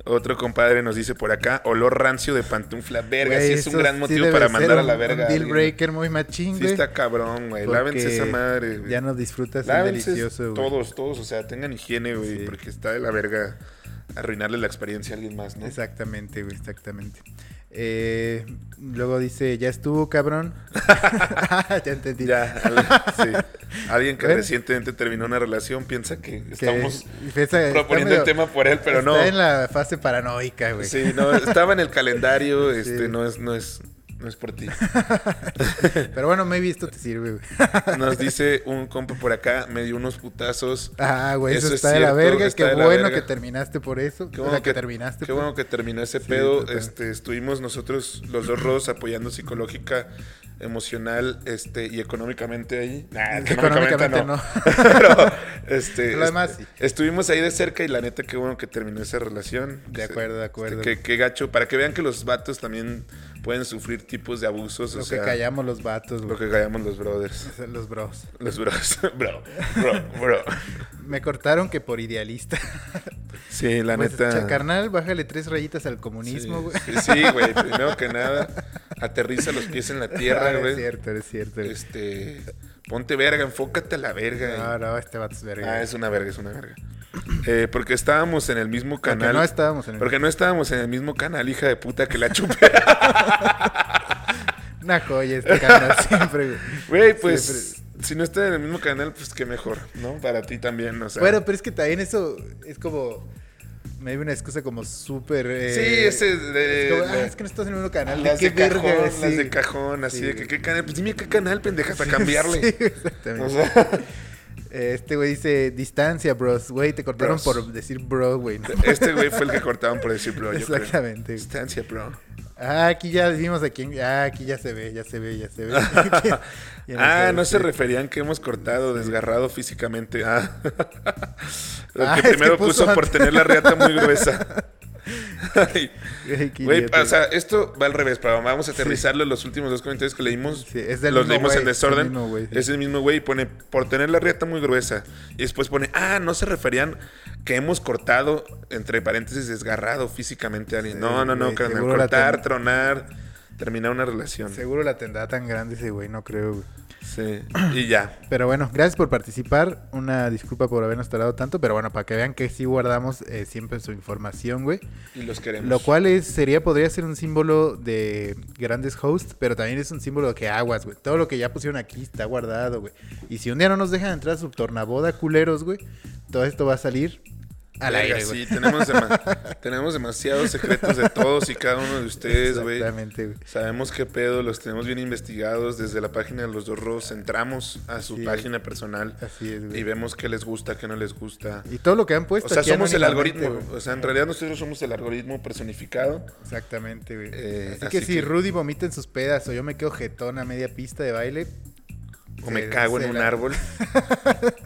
A: Otro compadre nos dice por acá, olor rancio de pantufla. Verga,
B: Güey,
A: sí es un
B: eso
A: gran
B: sí
A: motivo
B: debe
A: para
B: ser
A: mandar a
B: un-
A: la
B: un
A: verga. a
B: Deal
A: alguien.
B: breaker muy machín,
A: Sí
B: güey.
A: está cabrón, güey.
B: porque
A: Lávense esa madre, güey.
B: Ya no disfrutas el
A: Lávense
B: delicioso, güey.
A: Todos, todos, o sea, tengan higiene, güey,
B: Sí.
A: porque está de la verga arruinarle la experiencia a alguien más, ¿no?
B: Exactamente, güey, exactamente. Eh, luego dice, ya estuvo, cabrón. [LAUGHS] ya entendí.
A: Ya, al- sí. Alguien que
B: Bueno.
A: recientemente terminó una relación piensa que
B: Que
A: estamos
B: empieza- está
A: proponiendo
B: medio-
A: el tema por él, pero
B: está
A: no.
B: en la fase paranoica, güey.
A: Sí, no, estaba en el calendario,
B: [LAUGHS] Sí.
A: este, no es, no es, no es por ti.
B: Pero bueno, maybe esto te sirve, güey. [LAUGHS]
A: Nos dice un compa por acá, me dio unos putazos.
B: Ah, güey, eso,
A: Eso es
B: está de la
A: cierto,
B: verga.
A: está
B: Qué
A: de la
B: bueno
A: verga.
B: que terminaste por eso. o sea, que, terminaste.
A: Qué
B: [LAUGHS] por-
A: bueno que terminó ese
B: Sí,
A: pedo.
B: total.
A: Este, estuvimos nosotros, los dos rodos, apoyando psicológica, emocional, este, y económicamente ahí. Nah,
B: [LAUGHS] Económicamente no.
A: [LAUGHS] Pero, este,
B: Lo demás
A: est-
B: sí.
A: estuvimos ahí de cerca y la neta, qué bueno que terminó esa relación.
B: De
A: Este,
B: acuerdo, de acuerdo.
A: este, qué, qué gacho. Para que vean que los vatos también pueden sufrir tipos de abusos.
B: lo
A: o sea,
B: que callamos los vatos,
A: Lo
B: güey.
A: que callamos los brothers.
B: Los bros.
A: Los
B: [LAUGHS]
A: bros. bro, bro, bro.
B: Me cortaron que por idealista.
A: Sí, la
B: Pues,
A: neta.
B: cha- Carnal, bájale tres rayitas al comunismo, güey.
A: Sí, sí, güey. primero que nada, aterriza los pies en la
B: [LAUGHS] Ah,
A: tierra,
B: Es
A: güey.
B: cierto, es cierto. güey.
A: Este, ponte verga, enfócate a la verga.
B: No, no, este vato es verga.
A: ah, es una verga, es una verga. Eh, porque estábamos en el mismo
B: Porque
A: canal.
B: no estábamos en el...
A: Porque no estábamos en el mismo canal, hija de puta, que la chupé. [LAUGHS]
B: Una joya
A: [LAUGHS]
B: este canal siempre, güey.
A: Güey, pues, si no estás en el mismo canal, pues qué mejor, ¿no? Para ti también, o sea.
B: Bueno, pero es que también eso es como... Me dio una excusa como súper... eh,
A: sí, ese de...
B: es como, ah,
A: la-
B: es que no estás en el mismo canal. ¿De
A: Las
B: qué
A: de,
B: verga?
A: cajón, las
B: Sí.
A: de cajón, así
B: Sí,
A: de que
B: güey.
A: qué canal, pues dime qué canal, pendeja, para cambiarle.
B: [LAUGHS] Sí, exactamente.
A: O sea,
B: [LAUGHS] Eh, Este güey dice, distancia, bros. Güey, te cortaron
A: Bros.
B: por decir bro, güey. ¿no?
A: Este güey fue el que cortaban por decir bro, yo creo.
B: Exactamente. güey.
A: Distancia, bro.
B: Ah, aquí ya vimos a quién. Ah, aquí ya se ve, ya se ve, ya
A: [LAUGHS]
B: se ve. [LAUGHS] Ya
A: ah, no se
B: ve, [LAUGHS] sí.
A: referían que hemos cortado, desgarrado físicamente. Ah. [LAUGHS] Lo
B: Ah,
A: que
B: es que
A: primero
B: puso
A: puso por
B: antes.
A: tener la riata muy
B: [LAUGHS]
A: gruesa. Ay,
B: Güey, qué
A: Güey,
B: idiota,
A: o sea, esto va al revés, pero vamos a aterrizarlo. Los últimos dos comentarios que leímos,
B: Sí, es del
A: los
B: mismo
A: leímos
B: güey,
A: en
B: es del
A: desorden.
B: mismo güey, sí.
A: Es el mismo güey y pone, por tener la riata muy gruesa. Y después pone, ah, no se referían que hemos cortado, entre paréntesis, desgarrado físicamente a alguien.
B: Sí,
A: no, no, no,
B: güey,
A: carnal,
B: seguro la
A: cortar,
B: ten-
A: tronar, terminar una relación.
B: Seguro la tendrá tan grande ese güey, no creo, güey.
A: Sí. Y ya.
B: Pero bueno, gracias por participar. Una disculpa por habernos tardado tanto, pero bueno, para que vean que sí guardamos eh, siempre su información, güey.
A: Y los queremos.
B: Lo cual es, sería, podría ser un símbolo de grandes hosts, pero también es un símbolo de que aguas, güey. Todo lo que ya pusieron aquí está guardado, güey. Y si un día no nos dejan entrar a su tornaboda, culeros, güey, todo esto va a salir al
A: Verga,
B: aire, güey.
A: Sí,
B: [LAUGHS]
A: tenemos, dema- tenemos demasiados secretos de todos y cada uno de ustedes, güey.
B: Exactamente, güey.
A: Sabemos qué pedo, los tenemos bien investigados. Desde la página de los dos Ros entramos a su
B: Sí.
A: página personal
B: Así es,
A: y
B: güey.
A: vemos qué les gusta, qué no les gusta.
B: Y todo lo que han puesto.
A: O sea,
B: aquí
A: somos el
B: anónimamente,
A: algoritmo.
B: güey.
A: O sea, en realidad nosotros somos el algoritmo personificado.
B: Exactamente, güey.
A: Eh,
B: así,
A: así
B: que si
A: que-
B: Rudy vomita en sus pedas o yo me quedo jetón a media pista de baile.
A: O
B: se-
A: me cago en
B: se
A: un
B: la- [LAUGHS]
A: árbol.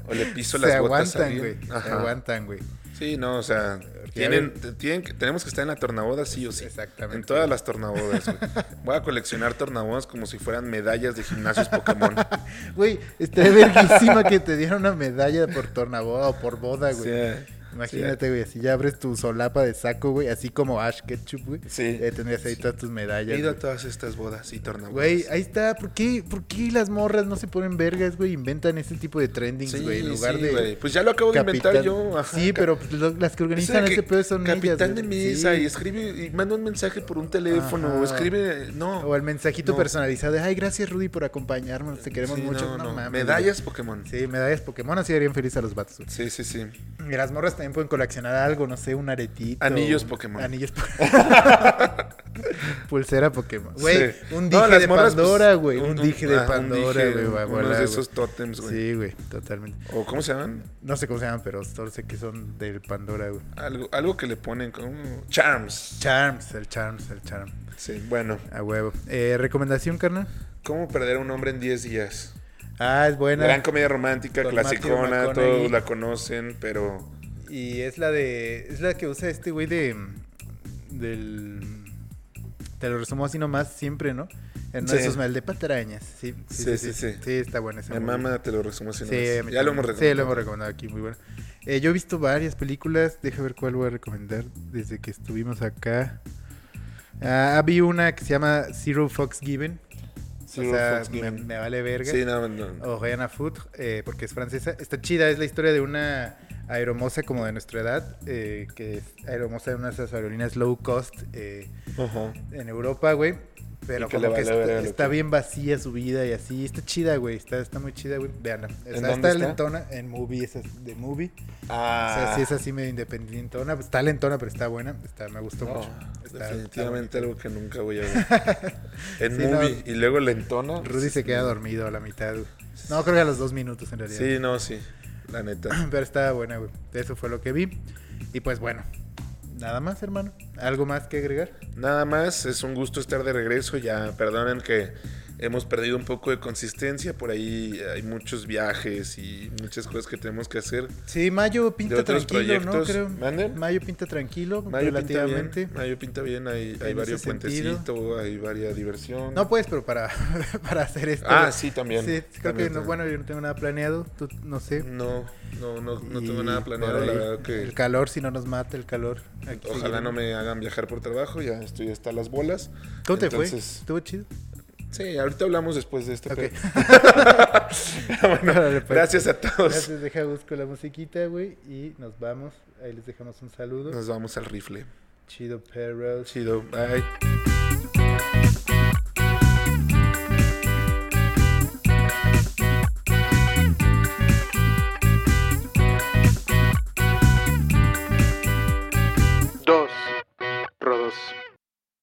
A: o le piso
B: se
A: las botas a
B: aguantan, güey.
A: alguien.
B: Se
A: Ajá.
B: aguantan, güey.
A: Sí, no, o sea, tienen, tienen que- tenemos que estar en la tornaboda sí o sí.
B: Exactamente.
A: En todas las tornabodas, güey. Voy a coleccionar tornabodas como si fueran medallas de gimnasios
B: [LAUGHS]
A: Pokémon.
B: Ah, Güey, estaría verguísima que te dieran una medalla por tornaboda o por boda,
A: Sí,
B: güey. Imagínate, güey, si ya abres tu solapa de saco, güey, así como Ash Ketchup, güey.
A: Sí.
B: eh, tendrías ahí todas tus
A: He
B: medallas.
A: ido a
B: güey.
A: todas estas bodas y tornabodas.
B: Güey, ahí está. ¿Por qué, ¿Por qué las morras no se ponen vergas, güey? Inventan este tipo de trendings,
A: Sí,
B: güey, en lugar
A: sí,
B: de.
A: güey. Pues ya lo acabo de inventar
B: capitán-
A: yo. ajá,
B: sí,
A: ca-
B: pero pues, lo- las
A: Eso
B: que organizan
A: de
B: ese
A: que
B: pedo son
A: Capitán
B: ellas,
A: de
B: güey.
A: mesa
B: Sí.
A: y escribe y manda un mensaje por un teléfono
B: Ajá. Ah,
A: o escribe. No.
B: O el mensajito
A: No.
B: personalizado de, ay, gracias Rudy por acompañarnos, te queremos
A: Sí,
B: mucho.
A: no,
B: No,
A: no.
B: mames,
A: Medallas Pokémon.
B: güey. Sí, medallas Pokémon así harían feliz a los vatos. güey.
A: Sí, sí, sí.
B: Y las morras también pueden coleccionar algo, no sé, un aretito.
A: Anillos
B: un-
A: Pokémon.
B: Anillos Pokémon. [LAUGHS] Pulsera Pokémon. Güey,
A: Sí.
B: un
A: No,
B: dije
A: las
B: de
A: morras, pues,
B: Pandora, güey. un,
A: un-
B: dije de
A: ajá, un
B: Pandora,
A: dije,
B: güey. va a
A: unos
B: volar,
A: de
B: güey.
A: esos tótems, güey.
B: Sí, güey, totalmente.
A: ¿O cómo se llaman?
B: No sé cómo se llaman, pero solo sé que son del Pandora, güey.
A: Algo, algo que le ponen como. Charms.
B: Charms, el Charms, el Charm.
A: Sí, bueno.
B: A huevo. Eh, ¿Recomendación, carnal?
A: ¿Cómo perder a un hombre en 10 días?
B: Ah, es buena.
A: Gran comedia romántica,
B: Con
A: clasicona,
B: Matthew
A: todos
B: McConaughey.
A: la conocen, pero.
B: Y es la de. Es la que usa este güey de. Del. Te lo resumo así nomás, siempre, ¿no? En uno
A: Sí.
B: de esos mal de patrañas. Sí,
A: Sí, sí, sí.
B: Sí, está buena esa
A: Mi
B: movie.
A: mamá te lo resumo así.
B: Sí,
A: nomás.
B: a mí
A: ya lo hemos
B: también.
A: recomendado.
B: Sí, lo hemos recomendado aquí, muy bueno. Eh, yo he visto varias películas, deja ver cuál voy a recomendar desde que estuvimos acá. Ah, vi una que se llama Zero Fox Given.
A: Zero
B: o sea,
A: Fox
B: me,
A: Given.
B: me vale verga.
A: Sí, no, no.
B: O Rihanna Food, eh, porque es francesa. Está chida, es la historia de una aeromoza como de nuestra edad, eh, que es aeromoza de una de esas aerolíneas low cost eh,
A: Ajá.
B: en Europa, güey. Pero
A: Y que le
B: como que
A: vale
B: está,
A: verga lo
B: está
A: que-
B: bien vacía su vida y así. Está chida, güey. Está, está muy chida, güey. Veanla.
A: dónde
B: Está, está
A: está?
B: lentona en movie, esa es de movie.
A: Ah.
B: O sea, sí es así medio independientona. pues, Está lentona, pero está buena. Está, me gustó
A: No,
B: mucho. Está-
A: Oh, definitivamente
B: está
A: algo que nunca voy a ver.
B: [LAUGHS]
A: en
B: Sí,
A: movie y luego lentona.
B: bonita. Rudy se queda dormido a la mitad, güey. No, creo que a los dos minutos en realidad.
A: Sí, no, sí. La neta.
B: [CLEARS THROAT] Pero estaba buena, güey. Eso fue lo que vi. Y pues bueno, nada más, hermano. ¿Algo más que agregar?
A: Nada más, es un gusto estar de regreso. Ya perdonen que hemos perdido un poco de consistencia. Por ahí hay muchos viajes y muchas cosas que tenemos que hacer.
B: Sí, Mayo pinta
A: ¿De otros
B: tranquilo, ¿no?
A: proyectos?
B: Creo.
A: ¿Mande?
B: Mayo pinta tranquilo,
A: Mayo pinta bien.
B: relativamente.
A: Mayo pinta bien. Hay, hay
B: En
A: varios
B: ese sentido.
A: puentecitos, hay varia diversión.
B: No, pues, pero para, [LAUGHS] para hacer esto.
A: Ah,
B: güey.
A: sí, también.
B: Sí,
A: También,
B: creo que, no,
A: también.
B: bueno, yo no tengo nada planeado. Tú, no sé.
A: no, no, no, no
B: Y
A: tengo nada
B: por
A: planeado. La
B: ahí,
A: verdad que.
B: El calor, si no nos mata el calor. Aquí
A: Ojalá
B: seguiremos.
A: no me hagan viajar por trabajo, ya estoy hasta las bolas.
B: ¿Cómo te
A: Entonces,
B: fue?
A: [LAUGHS]
B: ¿Estuvo chido?
A: Sí, ahorita hablamos después de este.
B: Ok. [LAUGHS]
A: pedo. Bueno,
B: Órale, pues.
A: gracias a todos.
B: Gracias, deja busco la musiquita, güey. Y nos vamos. Ahí les dejamos un saludo.
A: Nos vamos al rifle.
B: Chido perros.
A: Chido, bye.